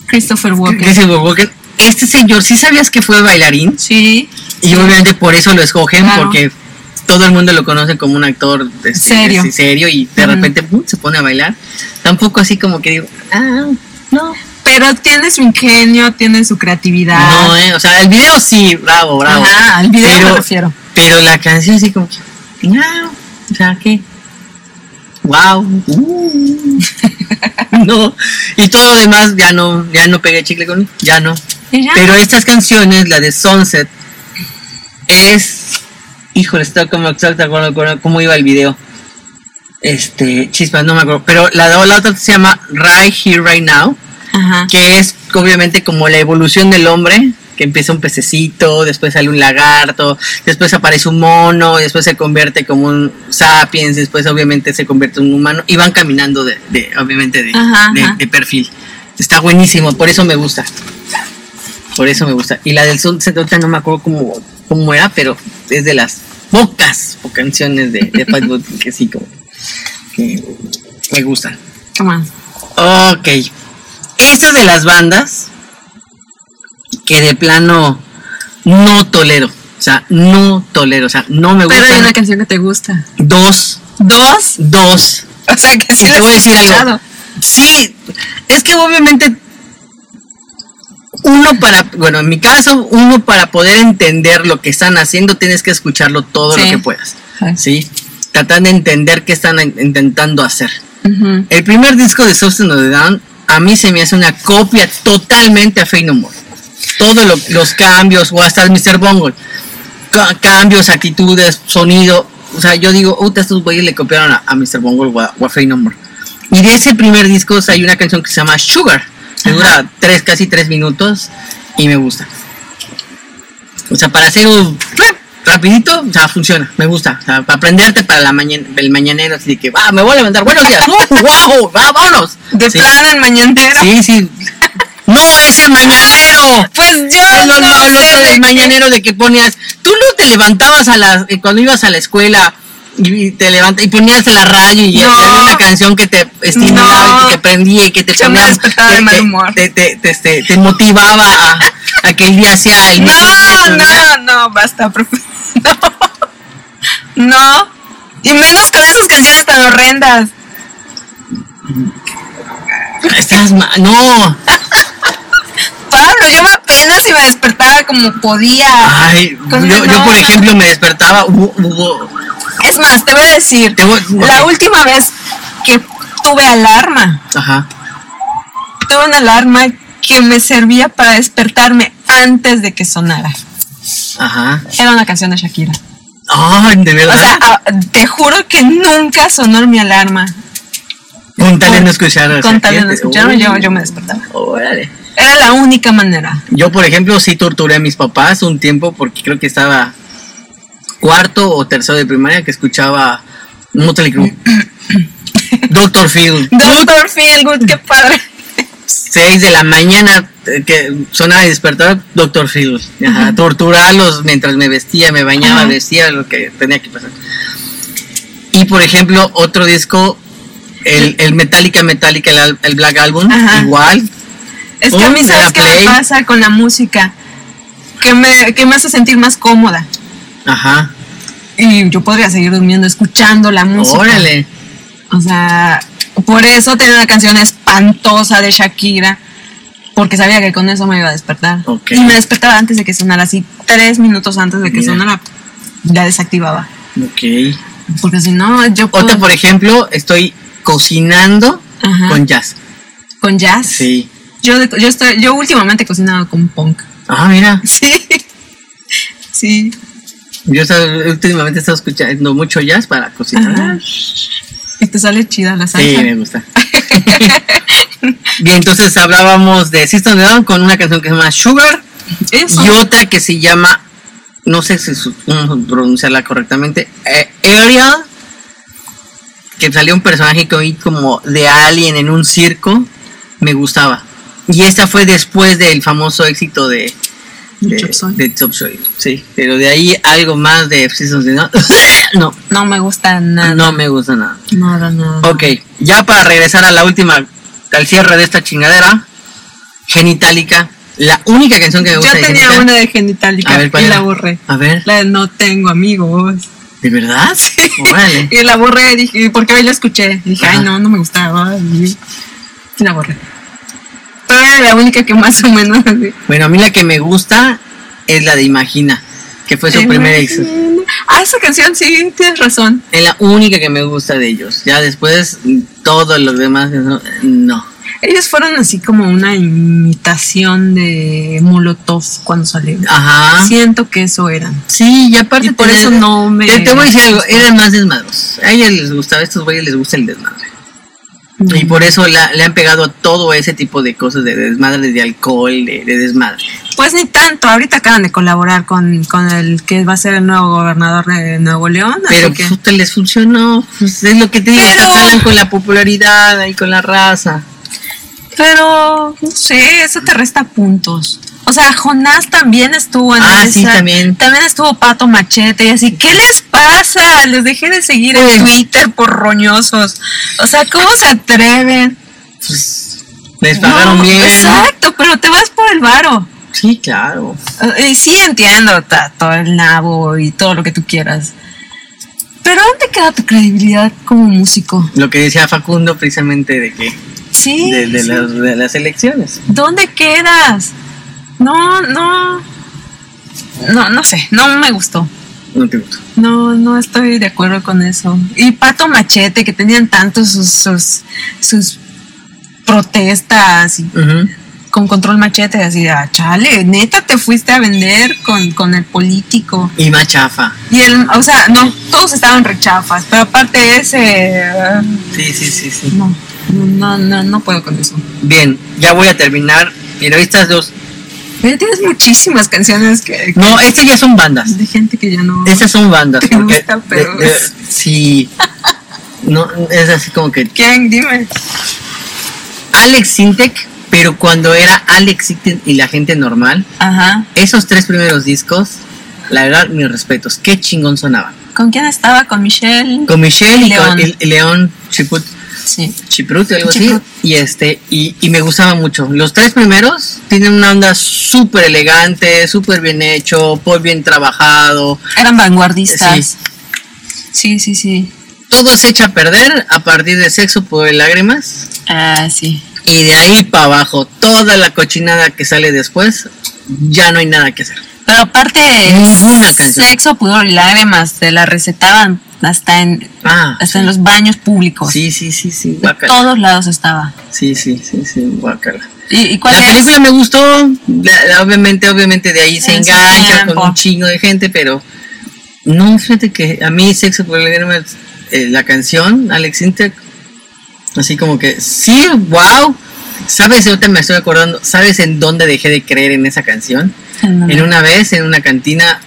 S2: Christopher Walken.
S1: Que es el Walken. este señor sí sabías que fue bailarín
S2: Sí,
S1: y obviamente por eso lo escogen
S2: Claro.
S1: porque todo el mundo lo conoce como un actor este,
S2: Serio.
S1: este, serio y de
S2: Ujú.
S1: repente pum, se pone a bailar. Tampoco así como que digo, ah, no.
S2: Pero tiene su ingenio, tiene su creatividad.
S1: No, eh, o sea, el video sí, bravo, bravo.
S2: Ajá, al video
S1: Pero-
S2: me refiero.
S1: Pero la canción así como que, "Ah", o sea, ¿qué? Wow. uh". no. Y todo lo demás ya no, ya no pegué chicle con ya no.
S2: Y ya.
S1: Pero estas canciones, la de Sunset, es. Híjole, está como exacto, acuerdo con- cómo iba el video. Este, chispas, no me acuerdo. Pero la, de- la otra se llama Right Here, Right Now,
S2: Ajá.
S1: que es obviamente como la evolución del hombre, que empieza un pececito, después sale un lagarto, después aparece un mono, y después se convierte como un sapiens, después obviamente se convierte en un humano, y van caminando de, de- obviamente de,
S2: Ajá,
S1: de-
S2: ajá.
S1: de perfil. Está buenísimo, por eso me gusta. Por eso me gusta. Y la del Sol ahorita no me acuerdo cómo, cómo era, pero es de las pocas canciones de, de Fatboy que sí, como que me gustan.
S2: ¿Qué más?
S1: Ok. Esta es de las bandas que de plano no tolero. O sea, no tolero. O sea, no me
S2: Pero hay
S1: gustan.
S2: una canción que te gusta.
S1: Dos,
S2: ¿Dos?
S1: dos.
S2: O sea, que sí
S1: Y te
S2: las
S1: voy a
S2: has
S1: decir algo.
S2: escuchado.
S1: Sí, es que obviamente uno para, bueno, en mi caso, uno para poder entender lo que están haciendo tienes que escucharlo todo
S2: Sí.
S1: lo que puedas.
S2: Ajá.
S1: Sí, tratar de entender qué están in- intentando hacer.
S2: Ujú.
S1: El primer disco de Substance of a Down a mí se me hace una copia totalmente a Fey No More. Todos lo- los cambios, o hasta el Mr. Bungle. Ca- cambios, actitudes, sonido. O sea, yo digo, puta, estos güeyes le copiaron a, a Mr. Bungle o a, o a Faith No More. Y de ese primer disco o sea, hay una canción que se llama Sugar. Que dura tres, casi tres minutos y me gusta. O sea, para hacer un flip rapidito, o sea, funciona, me gusta. O sea, para aprenderte para la mañana, el mañanero, así de que, va, me voy a levantar, buenos días, uh, wow, va, vámonos.
S2: De
S1: sí,
S2: plano el mañanero.
S1: sí, sí. No es el mañanero.
S2: Pues yo
S1: No, no, no, no,
S2: sé
S1: el
S2: de qué-
S1: mañanero de que ponías, tú no te levantabas a las, eh, cuando ibas a la escuela y y te levantas y ponías la radio y,
S2: No.
S1: había una canción que te estimulaba
S2: No.
S1: y que te prendía y que te
S2: Yo me
S1: cambiaba,
S2: despertaba de
S1: te-
S2: mal
S1: te-
S2: humor.
S1: te, te, te- este, te motivaba a, a que el día sea el
S2: No,
S1: mejor. O sea,
S2: no, no, basta, profe. No. No. Y menos con esas canciones tan horrendas.
S1: Estás ma- no.
S2: Pablo, yo me apenas y me despertaba como podía.
S1: Ay,
S2: Con-
S1: yo, yo,
S2: no,
S1: por
S2: no.
S1: ejemplo me despertaba, hubo- hubo-
S2: Es más, te voy a decir,
S1: Te voy-
S2: la
S1: ok.
S2: última vez que tuve alarma,
S1: ajá.
S2: tuve una alarma que me servía para despertarme antes de que sonara.
S1: Ajá.
S2: Era una canción de Shakira.
S1: Ay, de
S2: O
S1: verdad.
S2: sea, a- te juro que nunca sonó mi alarma.
S1: con tal de no escuchar. a
S2: Con tal
S1: Shakira,
S2: de no
S1: te-
S2: escucharme, yo,
S1: Uy,
S2: yo me despertaba.
S1: Órale.
S2: Era la única manera.
S1: Yo, por ejemplo, sí torturé a mis papás un tiempo porque creo que estaba cuarto o tercero de primaria que escuchaba Motley Crue. Doctor Phil.
S2: Doctor Feelgood, qué padre.
S1: 6 de la mañana eh, que sonaba el despertador, doctor Phil. Ajá, Torturarlos mientras me vestía, me bañaba,
S2: Ajá.
S1: vestía lo que tenía que pasar. Y por ejemplo, otro disco, el, el Metallica Metallica, el, al- el Black Album,
S2: Ajá.
S1: igual.
S2: Es que a mí,
S1: Pon
S2: ¿sabes
S1: la
S2: qué me
S1: play.
S2: pasa con la música? Que me, que me hace sentir más cómoda.
S1: Ajá.
S2: Y yo podría seguir durmiendo escuchando la música.
S1: Órale.
S2: O sea, por eso tenía una canción espantosa de Shakira. Porque sabía que con eso me iba a despertar.
S1: Ok.
S2: Y me despertaba antes de que sonara, así tres minutos antes de que
S1: Mira.
S2: sonara. Ya desactivaba.
S1: Ok.
S2: Porque si no, yo puedo-
S1: Otra, por ejemplo, estoy cocinando
S2: Ah. Ajá.
S1: con jazz.
S2: con jazz.
S1: Sí.
S2: Yo, de- yo, estoy, yo últimamente he cocinado con punk.
S1: Ah, mira.
S2: Sí. Sí.
S1: Yo estaba- últimamente he estado escuchando mucho jazz para cocinar.
S2: Ajá. Y te sale chida la salsa.
S1: Sí, me gusta. Bien, entonces hablábamos de System of a Down con una canción que se llama Sugar
S2: Eso.
S1: y otra que se llama, no sé si su- mm, pronunciarla correctamente, eh, Ariel, que salió un personaje que oí como de alien en un circo, me gustaba. Y esta fue después del famoso éxito de,
S2: De
S1: de,
S2: Chop Suey.
S1: de Chop Suey, sí. Pero de ahí algo más de System of a Down, no,
S2: No me gusta nada.
S1: no me gusta nada.
S2: Nada, nada.
S1: Ok, ya para regresar a la última, al cierre de esta chingadera, Genitalica, la única canción que me
S2: Yo
S1: gusta de
S2: tenía
S1: Genitalica-
S2: una de genitalica
S1: A ver, ¿cuál
S2: y la
S1: era?
S2: borré.
S1: A ver,
S2: La de no tengo amigos.
S1: ¿De verdad?
S2: Sí.
S1: Órale.
S2: Y la borré, dije, porque hoy la escuché. Dije,
S1: Ajá.
S2: ay, no, no me gustaba. Y y la borré. Pero era la única que más o menos. así.
S1: Bueno, a mí la que me gusta es la de Imagina, que fue su primer éxito.
S2: Imagina. Ah, esa canción, sí, tienes razón.
S1: Es la única que me gusta de ellos. Ya después, mm, todos los demás, no. no.
S2: Ellos fueron así como una imitación de Molotov cuando salieron.
S1: Ajá. Sí,
S2: Siento que eso eran.
S1: y Ah. aparte
S2: Y por
S1: tenían-
S2: eso no me.
S1: Te, te voy a decir algo, eran más desmadros. A ellos les gustaba, a estos güeyes les gusta el desmadre.
S2: Mm.
S1: Y por eso la- le han pegado a todo ese tipo de cosas de desmadre, de alcohol, de, de desmadre.
S2: Pues ni tanto, ahorita acaban de colaborar con, con el que va a ser el nuevo gobernador de Nuevo León,
S1: Pero
S2: así que
S1: puta, les funcionó. Pues, es lo que te digo,
S2: Pero-
S1: se quedan con la popularidad y con la raza.
S2: pero no sé, eso te resta puntos. O sea, Jonás también estuvo en
S1: Ah,
S2: esa.
S1: sí, también.
S2: También estuvo Pato Machete y así, ¿qué les pasa? Les dejé de seguir
S1: Pues-
S2: en Twitter por roñosos. O sea, ¿cómo se atreven?
S1: Pues, les pagaron
S2: No,
S1: bien.
S2: Exacto, pero te vas por el varo.
S1: Sí, claro.
S2: Eh, sí entiendo ta- todo el nabo y todo lo que tú quieras. Pero ¿dónde queda tu credibilidad como músico?
S1: Lo que decía Facundo precisamente de que
S2: Sí.
S1: de, de
S2: sí.
S1: las, de las elecciones.
S2: ¿Dónde quedas? No, no. No, no sé, no me gustó.
S1: No te gustó.
S2: No, no estoy de acuerdo con eso. Y Pato Machete, que tenían tantos sus, sus, sus protestas y
S1: Ujú.
S2: con control machete, así, de, ah, chale, neta te fuiste a vender con, con el político.
S1: Y más chafa.
S2: Y el, o sea, no, todos estaban rechafas, pero aparte de ese, eh,
S1: Sí, sí, sí, sí.
S2: no, no, no, no puedo con eso.
S1: Bien, ya voy a terminar. Pero estas dos.
S2: Pero tienes muchísimas canciones que,
S1: No, estas ya son bandas.
S2: de gente que ya no.
S1: Esas son bandas.
S2: Te
S1: porque
S2: gusta, pero-
S1: de- de- sí. No, es así como que
S2: ¿Quién? Dime.
S1: Alex Sintek, pero cuando era Alex Sintek y la gente normal,
S2: Ajá.
S1: esos tres primeros discos, la verdad, mis respetos, qué chingón sonaban.
S2: ¿Con quién estaba? ¿Con Michelle?
S1: Con Michelle y con
S2: León.
S1: el- León Chiput,
S2: Sí.
S1: Chiprut, algo así,
S2: Chiprut.
S1: y este, y, y me gustaba mucho. Los tres primeros tienen una onda súper elegante, súper bien hecho, por bien trabajado,
S2: Eran vanguardistas. Sí, sí, sí.
S1: todo se echa a perder a partir de sexo por lágrimas.
S2: Ah, sí.
S1: Y de ahí para abajo, toda la cochinada que sale después, ya no hay nada que hacer.
S2: Pero aparte,
S1: Ninguna canción.
S2: sexo, pudor y lágrimas, te la recetaban hasta en,
S1: Ah,
S2: hasta en los baños públicos.
S1: sí, sí, sí, sí,
S2: De
S1: guácala.
S2: todos lados estaba.
S1: Sí, sí, sí, sí, guácala.
S2: ¿Y, y cuál
S1: La
S2: es?
S1: película me gustó, la- la- obviamente, obviamente de ahí se
S2: En su
S1: engancha
S2: tiempo.
S1: con un chingo de gente, pero no, fíjate que a mí Sexo por Lágrimas, eh, la canción, Alex Intec, así como que, sí, wow. ¿Sabes? Ahorita me estoy acordando, ¿sabes en dónde dejé de creer en esa canción? En una vez, en una cantina,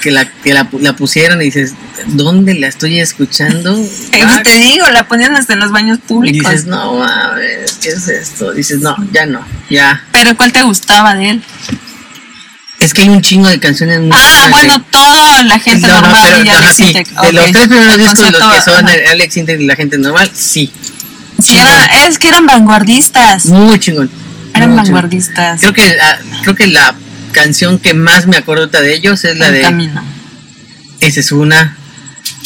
S1: que la, que la, pu- la pusieron y dices, ¿dónde la estoy escuchando?
S2: Eso te digo, la ponían hasta en los baños
S1: y
S2: públicos.
S1: dices, no mames, ¿qué es esto? Dices, no, ya no, ya.
S2: Pero ¿cuál te gustaba de él?
S1: Es que hay un chingo de canciones muy
S2: Ah,
S1: buenas,
S2: bueno,
S1: eh.
S2: toda la gente
S1: No, no,
S2: normal
S1: pero-
S2: y
S1: ajá,
S2: Alex
S1: sí,
S2: Intec.
S1: De los
S2: ok.
S1: tres primeros
S2: El
S1: discos, los que
S2: concepto,
S1: son
S2: ajá.
S1: el Alex Intec y la gente normal, sí.
S2: Sí, era- es que eran vanguardistas.
S1: Muy chingón.
S2: Eran
S1: muy chingón.
S2: vanguardistas.
S1: Creo que, la, creo que la canción que más me acuerdo ahorita de ellos es la
S2: El
S1: de...
S2: camino.
S1: Esa es una.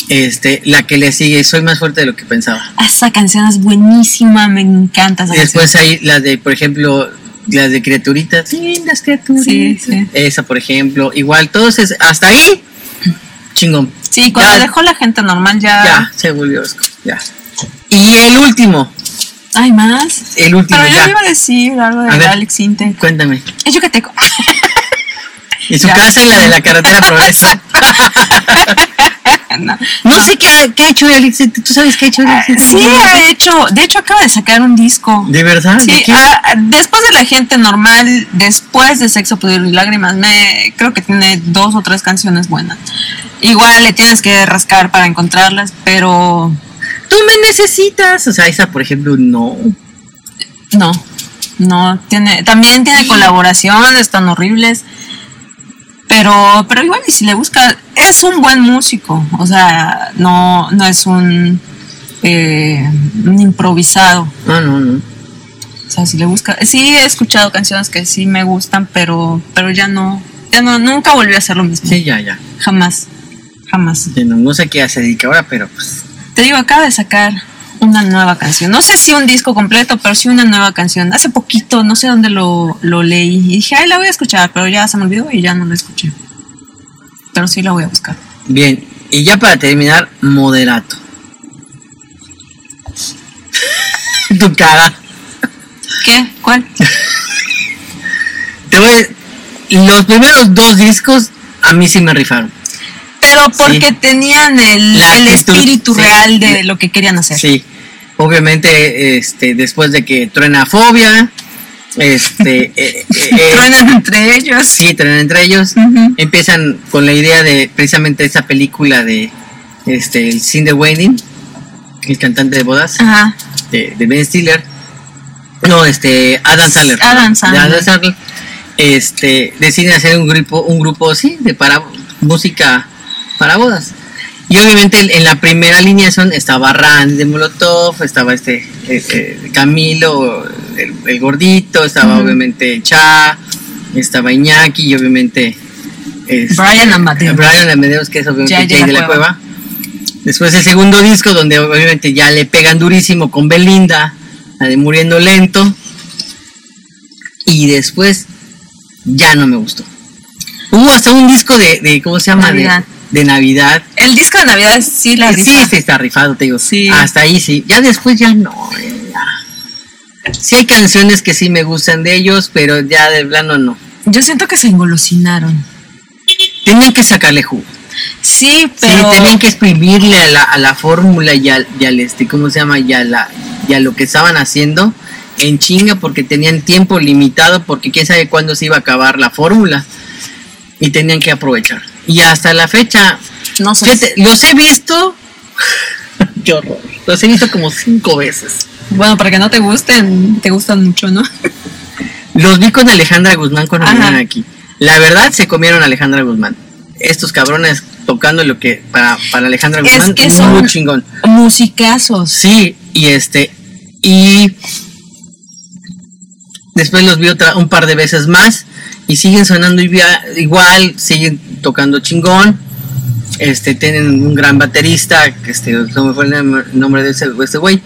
S1: Este, la que le sigue, soy más fuerte de lo que pensaba.
S2: Esa canción es buenísima, me encanta esa
S1: Y después hay las de, por ejemplo, las de criaturitas. Lindas criaturitas.
S2: Sí, sí.
S1: Esa, por ejemplo. Igual, todos es, hasta ahí. Chingón.
S2: canción. Sí, cuando
S1: Ya.
S2: dejó la gente normal ya.
S1: Ya, se volvió osco, Ya. Ah. Y el último.
S2: Hay más.
S1: El último,
S2: Pero yo
S1: ya.
S2: iba a decir algo de
S1: A ver.
S2: Alex Intec.
S1: Cuéntame.
S2: Es yucateco.
S1: Y su
S2: Ya.
S1: casa y la de la carretera progreso.
S2: No. Ah,
S1: No sé qué ha, qué ha hecho Alex. ¿Tú sabes qué ha hecho Alex?
S2: Sí, ha hecho. De hecho, acaba de sacar un disco.
S1: ¿De verdad? ¿De
S2: Sí,
S1: qué?
S2: ah, ah, después de la gente normal, después de Sexo, Pudor y Lágrimas, me, creo que tiene dos o tres canciones buenas. Igual le tienes que rascar para encontrarlas, pero
S1: Tú me necesitas. O sea, esa, por ejemplo, no.
S2: no, no tiene. También tiene colaboraciones tan horribles, pero, pero igual y si le buscas, es un buen músico, o sea, no, no es un, eh, un improvisado.
S1: No, no, no.
S2: O sea, si le busca. Sí, he escuchado canciones que sí me gustan, pero, pero ya no. Ya no, nunca volví a hacer lo mismo.
S1: Sí, ya, ya.
S2: Jamás. jamás.
S1: Bueno, no sé qué se dedica ahora, pero pues.
S2: Te digo, acaba de sacar una nueva canción. No sé si un disco completo, pero sí una nueva canción. Hace poquito, no sé dónde lo, lo leí. Y dije, ay, la voy a escuchar, pero ya se me olvidó y ya no la escuché. Pero sí la voy a buscar.
S1: Bien, y ya para terminar, moderato. tu cara.
S2: ¿Qué? ¿Cuál?
S1: Te voy a- Los primeros dos discos a mí sí me rifaron.
S2: Pero porque tenían el,
S1: La
S2: el
S1: actitud,
S2: espíritu
S1: sí.
S2: real de lo que querían hacer.
S1: Sí. Obviamente, este, después de que truena fobia, este, eh, eh, eh,
S2: Truenan entre ellos.
S1: sí, truena entre ellos,
S2: Ujú.
S1: empiezan con la idea de precisamente esa película de este, el Sin the Wedding, el cantante de bodas.
S2: Ajá.
S1: de, de Ben Stiller. No, este, Adam Sandler.
S2: Adam
S1: De
S2: Sandler.
S1: Adam Sandler. Este, deciden hacer un grupo, un grupo así, de para, música para bodas. Y obviamente en, en la primera alineación estaba Rand de Molotov, estaba este, eh, eh, Camilo, el, el gordito, estaba
S2: Ujú.
S1: obviamente Cha, estaba Iñaki y obviamente... este,
S2: Brian Amadeus.
S1: Brian Amadeus, que es obviamente
S2: Ya, ya
S1: Jay
S2: la
S1: de la
S2: cueva.
S1: cueva. Después el segundo disco, donde obviamente ya le pegan durísimo con Belinda, la de Muriendo Lento. Y después ya no me gustó. Hubo hasta un disco de, de- ¿cómo se llama? De-
S2: Navidad.
S1: De, Navidad.
S2: El disco de Navidad sí la
S1: sí,
S2: rifa.
S1: sí está rifado, te digo.
S2: Sí.
S1: Hasta ahí sí. Ya después ya no. eh, ya. Sí hay canciones que sí me gustan de ellos, pero ya de plano no.
S2: Yo siento que se engolosinaron.
S1: Tenían que sacarle jugo.
S2: Sí,
S1: Sí,
S2: pero.
S1: tenían que exprimirle a la, a la fórmula y al, y al, este, ¿cómo se llama? Y a, la, y a lo que estaban haciendo en chinga porque tenían tiempo limitado porque quién sabe cuándo se iba a acabar la fórmula y tenían que aprovechar. Y hasta la fecha,
S2: No sé.
S1: fíjate, los he visto, qué horror, los he visto como cinco veces.
S2: Bueno, para que no te gusten, te gustan mucho, ¿no?
S1: Los vi con Alejandra Guzmán cuando
S2: Ajá.
S1: vinieron aquí. La verdad se comieron a Alejandra Guzmán. Estos cabrones tocando lo que para, para Alejandra
S2: Es
S1: Guzmán
S2: que
S1: muy
S2: son-
S1: chingón.
S2: Musicazos.
S1: Sí, y este, y después los vi otra, un par de veces más y siguen sonando ibia- igual, siguen tocando chingón. Este, tienen un gran baterista, que este, no me fue el nom- nombre de ese de ese güey,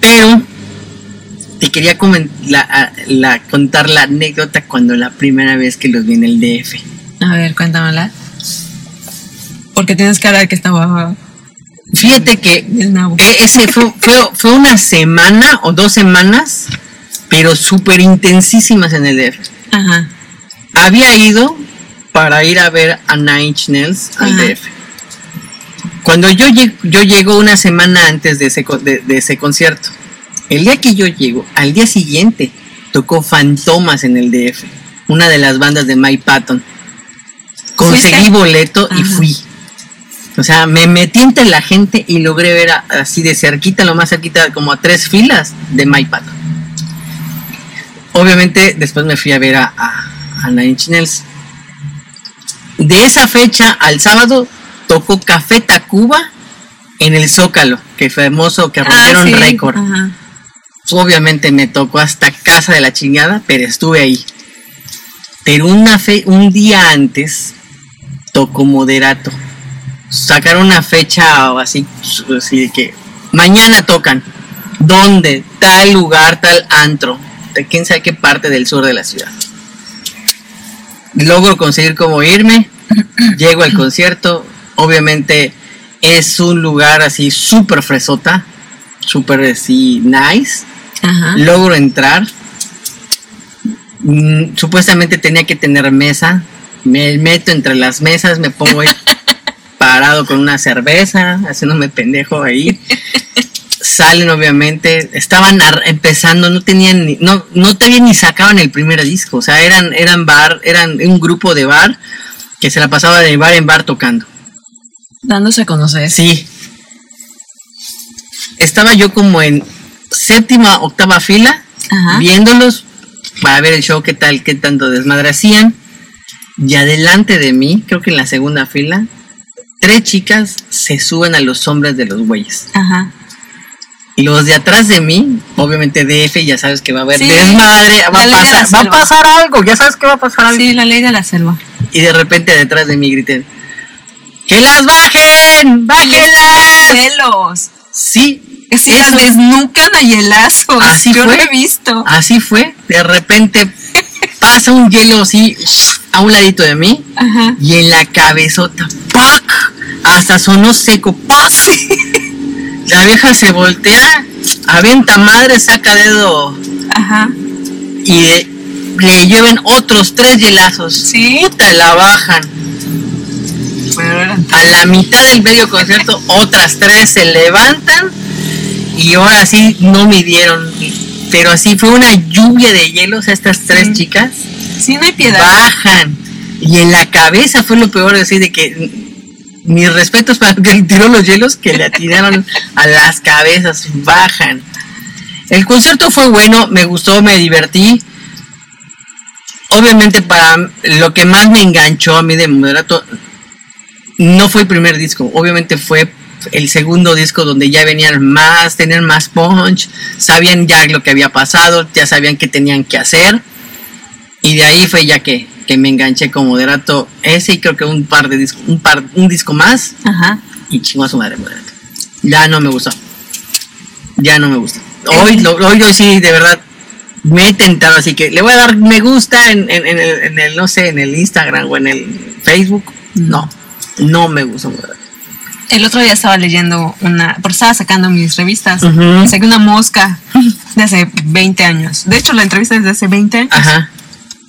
S1: pero te quería comen- la- a- la- contar la anécdota cuando la primera vez que los vi en el DF.
S2: A ver, cuéntamela. Porque tienes cara de que estaba
S1: Fíjate que
S2: bien nabo.
S1: E- Ese fue, fue, fue una semana o dos semanas, pero súper intensísimas en el DF.
S2: Ajá.
S1: Había ido para ir a ver a Nine Inch Nails al
S2: Ajá.
S1: DF. Cuando yo, lle- yo llego una semana antes de ese, co- de, de ese concierto, el día que yo llego, al día siguiente, tocó Fantomas en el DF, una de las bandas de Mike Patton. Conseguí
S2: ¿Fuiste?
S1: boleto y
S2: Ajá.
S1: fui. O sea, me metí entre la gente y logré ver a- así de cerquita, lo más cerquita, como a tres filas de Mike Patton. Obviamente, después me fui a ver a, a, a Nine Inch Nails. De esa fecha al sábado tocó Café Tacuba en el Zócalo, que famoso, que rompieron
S2: Ah, sí,
S1: récord.
S2: Ajá.
S1: Obviamente me tocó hasta casa de la chingada, pero estuve ahí. Pero una fe un día antes tocó moderato. Sacaron una fecha o así, su- así de que mañana tocan. ¿Dónde? Tal lugar, tal antro. De quién sabe qué parte del sur de la ciudad. Logro conseguir cómo irme. Llego al concierto. Obviamente es un lugar así súper fresota. Súper así nice
S2: Ajá.
S1: logro entrar. Mm, supuestamente tenía que tener mesa. Me meto entre las mesas, me pongo ahí parado con una cerveza, haciéndome pendejo ahí. Salen, obviamente. Estaban ar- empezando, no tenían ni, no, no te habían ni sacaban el primer disco. O sea, eran, eran bar, eran un grupo de bar que se la pasaba de bar en bar tocando.
S2: Dándose a conocer.
S1: Sí. Estaba yo como en séptima, octava fila,
S2: Ajá.
S1: viéndolos para ver el show, qué tal, qué tanto desmadre hacían. Y adelante de mí, creo que en la segunda fila, tres chicas se suben a los hombres de los güeyes.
S2: Ajá.
S1: Y los de atrás de mí, obviamente DF, ya sabes que va a haber
S2: Sí,
S1: desmadre, va
S2: la
S1: a,
S2: ley de la
S1: pasar, va a
S2: selva.
S1: pasar algo, ya sabes que va a pasar algo.
S2: Sí, la ley de la selva.
S1: Y de repente detrás de mí griten, ¡Que las bajen! ¡Bájenlas!
S2: Celos.
S1: Sí,
S2: Es que las
S1: eso.
S2: desnucan a hielazos.
S1: Así
S2: Ah, Yo lo
S1: fue.
S2: he visto.
S1: así fue. De repente pasa un hielo así a un ladito de mí
S2: Ajá.
S1: y en la cabezota, ¡pac! Hasta sonó seco, ¡pac! La vieja se voltea, avienta madre, saca dedo
S2: Ajá.
S1: y de- le lleven otros tres hielazos.
S2: Sí.
S1: Puta, la bajan.
S2: Pero era-
S1: A la mitad del medio concierto, otras tres se levantan y ahora sí no midieron. Pero así fue una lluvia de hielos a estas tres
S2: Sí.
S1: chicas.
S2: Sí, no hay piedad.
S1: Bajan. Y en la cabeza fue lo peor decir de que mis respetos para que tiró los hielos que le atinaron a las cabezas. Bajan. El concierto fue bueno, me gustó, me divertí. Obviamente para lo que más me enganchó a mí de Moderato no fue el primer disco, obviamente fue el segundo disco donde ya venían más, tenían más punch, sabían ya lo que había pasado, ya sabían qué tenían que hacer. Y de ahí fue ya que, que me enganché con Moderato ese y creo que un par de discos, un par, un disco más
S2: Ajá.
S1: y chingó a su madre Moderato. Ya no me gustó. Ya no me gusta. Hoy, lo- hoy yo sí, de verdad, me he tentado, así que le voy a dar me gusta en, en- en el, en el, no sé, en el Instagram o en el Facebook. No, no me gusta Moderato.
S2: El otro día estaba leyendo una, porque estaba sacando mis revistas,
S1: Ujú.
S2: saqué una mosca de hace 20 años. De hecho, la entrevista es de hace 20 años,
S1: Ajá.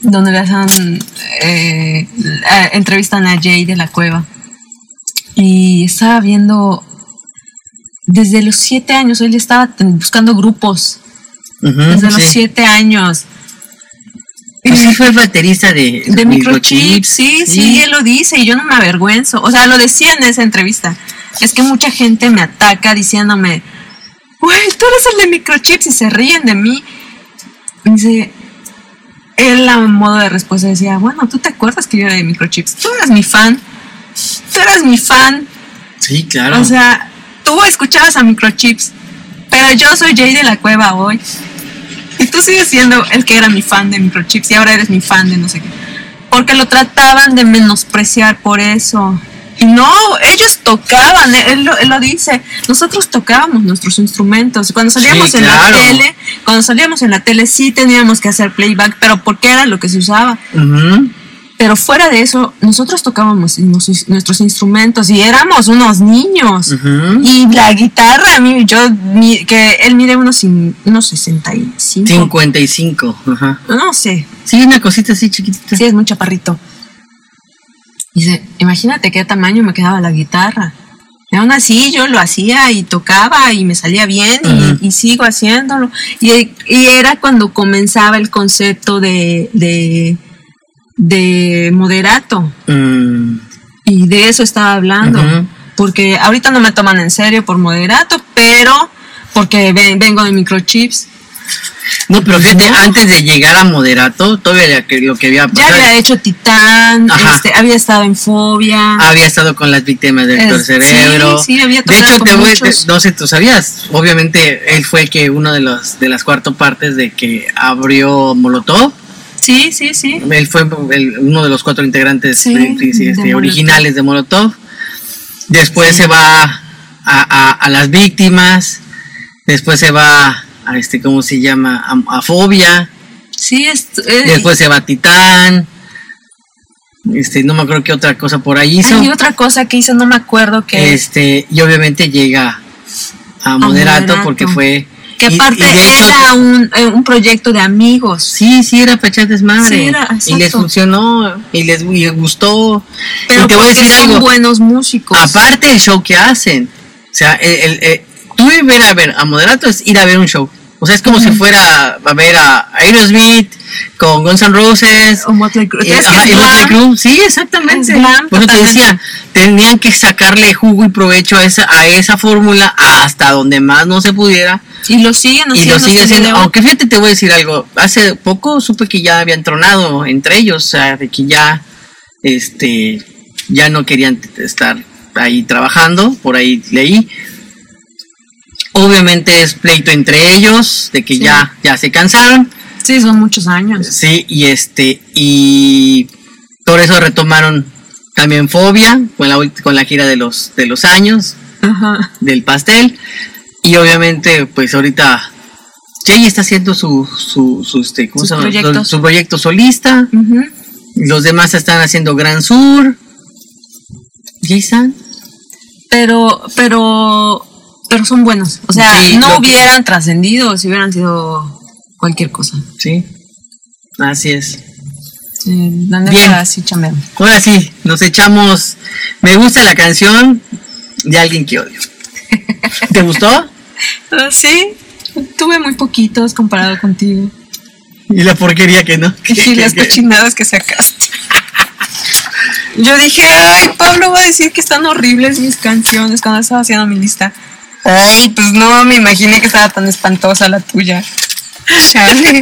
S2: donde le hacen, eh, la- entrevistan a Jay de la cueva. Y estaba viendo, desde los 7 años, él estaba ten- buscando grupos,
S1: ujú,
S2: desde los
S1: Mm, sí.
S2: 7 años.
S1: Pues sí fue baterista de,
S2: De microchips, sí, sí, él lo dice y yo no me avergüenzo. O sea, lo decía en esa entrevista. Es que mucha gente me ataca diciéndome, güey, tú eres el de microchips y se ríen de mí. Y Dice, él a modo de respuesta decía, bueno, tú te acuerdas que yo era de microchips, tú eras mi fan, tú eras mi fan,
S1: Sí, claro.
S2: o sea, tú escuchabas a microchips, pero yo soy Jay de la cueva hoy. Y tú sigues siendo el que era mi fan de microchips y ahora eres mi fan de no sé qué. Porque lo trataban de menospreciar por eso. Y no, ellos tocaban, él, él lo, él lo dice. Nosotros tocábamos nuestros instrumentos. Cuando salíamos
S1: Sí,
S2: en
S1: claro.
S2: la tele, cuando salíamos en la tele sí teníamos que hacer playback, pero porque era lo que se usaba.
S1: Ujú.
S2: Pero fuera de eso, nosotros tocábamos nos- nuestros instrumentos y éramos unos niños.
S1: Ujú.
S2: Y la guitarra, a mí, yo, mi- que él mide unos, cin- unos 65.
S1: 55. Ajá.
S2: No sé,
S1: Sí, una cosita así chiquitita.
S2: sí es muy chaparrito. Dice, imagínate qué tamaño me quedaba la guitarra. Y aún así yo lo hacía y tocaba y me salía bien y-
S1: Ujú.
S2: y, sigo haciéndolo. Y, y era cuando comenzaba el concepto de, de, de moderato.
S1: Mm,
S2: Y de eso estaba hablando.
S1: Ujú.
S2: Porque ahorita no me toman en serio por moderato, pero porque ven- vengo de microchips.
S1: No, pero
S2: Pues
S1: fíjate, antes de llegar a moderato, todavía lo que, lo que había
S2: Ya
S1: pasado,
S2: había hecho Titán,
S1: Ajá. Ah.
S2: este, había estado en Fobia.
S1: había estado con las víctimas del
S2: Es-
S1: doctor cerebro.
S2: sí, sí, había
S1: de
S2: tocado
S1: hecho,
S2: con
S1: te voy-
S2: muchos.
S1: no sé, tú sabías. Obviamente, él fue el que uno de los de las cuarto partes de que abrió Molotov.
S2: Sí, sí, sí.
S1: Él fue el- uno de los cuatro integrantes
S2: Sí,
S1: de- sí, sí,
S2: de
S1: este,
S2: Molotov.
S1: originales de Molotov. Después
S2: Sí.
S1: se va a, a- a las víctimas. Después se va a este, ¿cómo se llama? A, a Fobia.
S2: Sí, es, eh,
S1: Después se va Titán. Este, no me acuerdo qué otra cosa por ahí hizo.
S2: hay otra cosa que hizo, no me acuerdo que
S1: Este, y obviamente llega a moderato,
S2: Moderato.
S1: porque fue.
S2: Que
S1: y-
S2: aparte
S1: y de hecho-
S2: era un, eh, un proyecto de amigos.
S1: Sí, sí, era pechar desmadre.
S2: Sí, era,
S1: y les
S2: exacto.
S1: funcionó, y les, y les gustó.
S2: Pero
S1: y te voy a
S2: porque
S1: decir
S2: son
S1: algo.
S2: buenos músicos.
S1: Aparte el show que hacen. O sea, el, el- el- tú ir a ver a ver a Moderato es ir a ver un show. O sea, es como si fuera a ver a Aerosmith con Guns N' Roses.
S2: O Motley Crue.
S1: eh,
S2: Es que
S1: ajá,
S2: es
S1: y Motley
S2: glam.
S1: Crue. Sí, exactamente.
S2: Es glam,
S1: Por eso te
S2: totalmente.
S1: decía, tenían que sacarle jugo y provecho a esa, a esa fórmula hasta donde más no se pudiera.
S2: Y lo siguen
S1: y
S2: haciendo.
S1: lo sigue
S2: hasta el
S1: haciendo.
S2: día de hoy.
S1: Aunque fíjate, te voy a decir algo. Hace poco supe que ya habían tronado entre ellos, o sea, de que ya, este, ya no querían t- estar ahí trabajando, por ahí leí. Obviamente es pleito entre ellos, de que
S2: Sí.
S1: ya, ya se cansaron,
S2: Sí, son muchos años.
S1: sí, y este, y por eso retomaron También Fobia, con la, ult- con la gira de los, de los años,
S2: Ajá.
S1: del pastel. Y obviamente, pues ahorita Jay está haciendo su, su, su, este, ¿cómo
S2: Su
S1: se llama?
S2: proyecto.
S1: su proyecto solista.
S2: Ujú.
S1: Los demás están haciendo Gran Sur. Jason.
S2: Pero, pero, pero son buenos. O sea,
S1: Sí,
S2: no
S1: lo-
S2: hubieran trascendido si hubieran sido cualquier cosa.
S1: Sí. Así es.
S2: Sí, la neta,
S1: Bien.
S2: sí chambean.
S1: Ahora sí, nos echamos. Me gusta la canción de alguien que odio. ¿Te gustó?
S2: Ah, Sí, tuve muy poquitos comparado contigo.
S1: Y la porquería que no.
S2: Y las cochinadas que sacaste. Yo dije, ay, Pablo va a decir que están horribles mis canciones cuando estaba haciendo mi lista. Ay, pues no, me imaginé que estaba tan espantosa la tuya. Chale.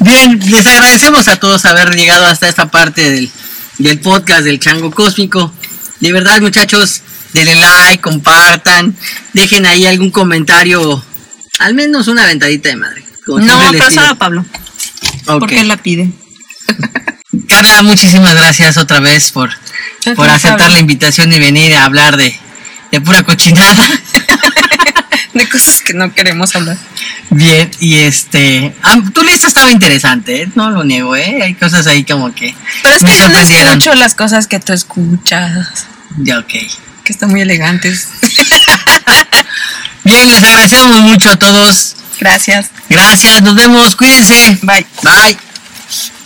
S1: Bien, les agradecemos a todos haber llegado hasta esta parte del, del podcast del Chango Cósmico. De verdad, muchachos, denle like, compartan, dejen ahí algún comentario, al menos una ventadita de madre. como
S2: No,
S1: siempre les
S2: pero
S1: pido.
S2: solo Pablo,
S1: Ok.
S2: porque él la pide.
S1: Carla, muchísimas gracias otra vez por,
S2: ti,
S1: por aceptar
S2: Pablo.
S1: la invitación y venir a hablar de, de pura cochinada.
S2: De cosas que no queremos hablar.
S1: Bien, y este, ah, tu lista estaba interesante, ¿eh? no lo niego, ¿eh? hay cosas ahí como que
S2: Pero es
S1: me
S2: que yo no
S1: sorprendieron.
S2: escucho las cosas que tú escuchas,
S1: Ya, ok.
S2: que están muy elegantes.
S1: Bien, les agradecemos mucho a todos.
S2: Gracias.
S1: Gracias, nos vemos, cuídense.
S2: Bye.
S1: Bye.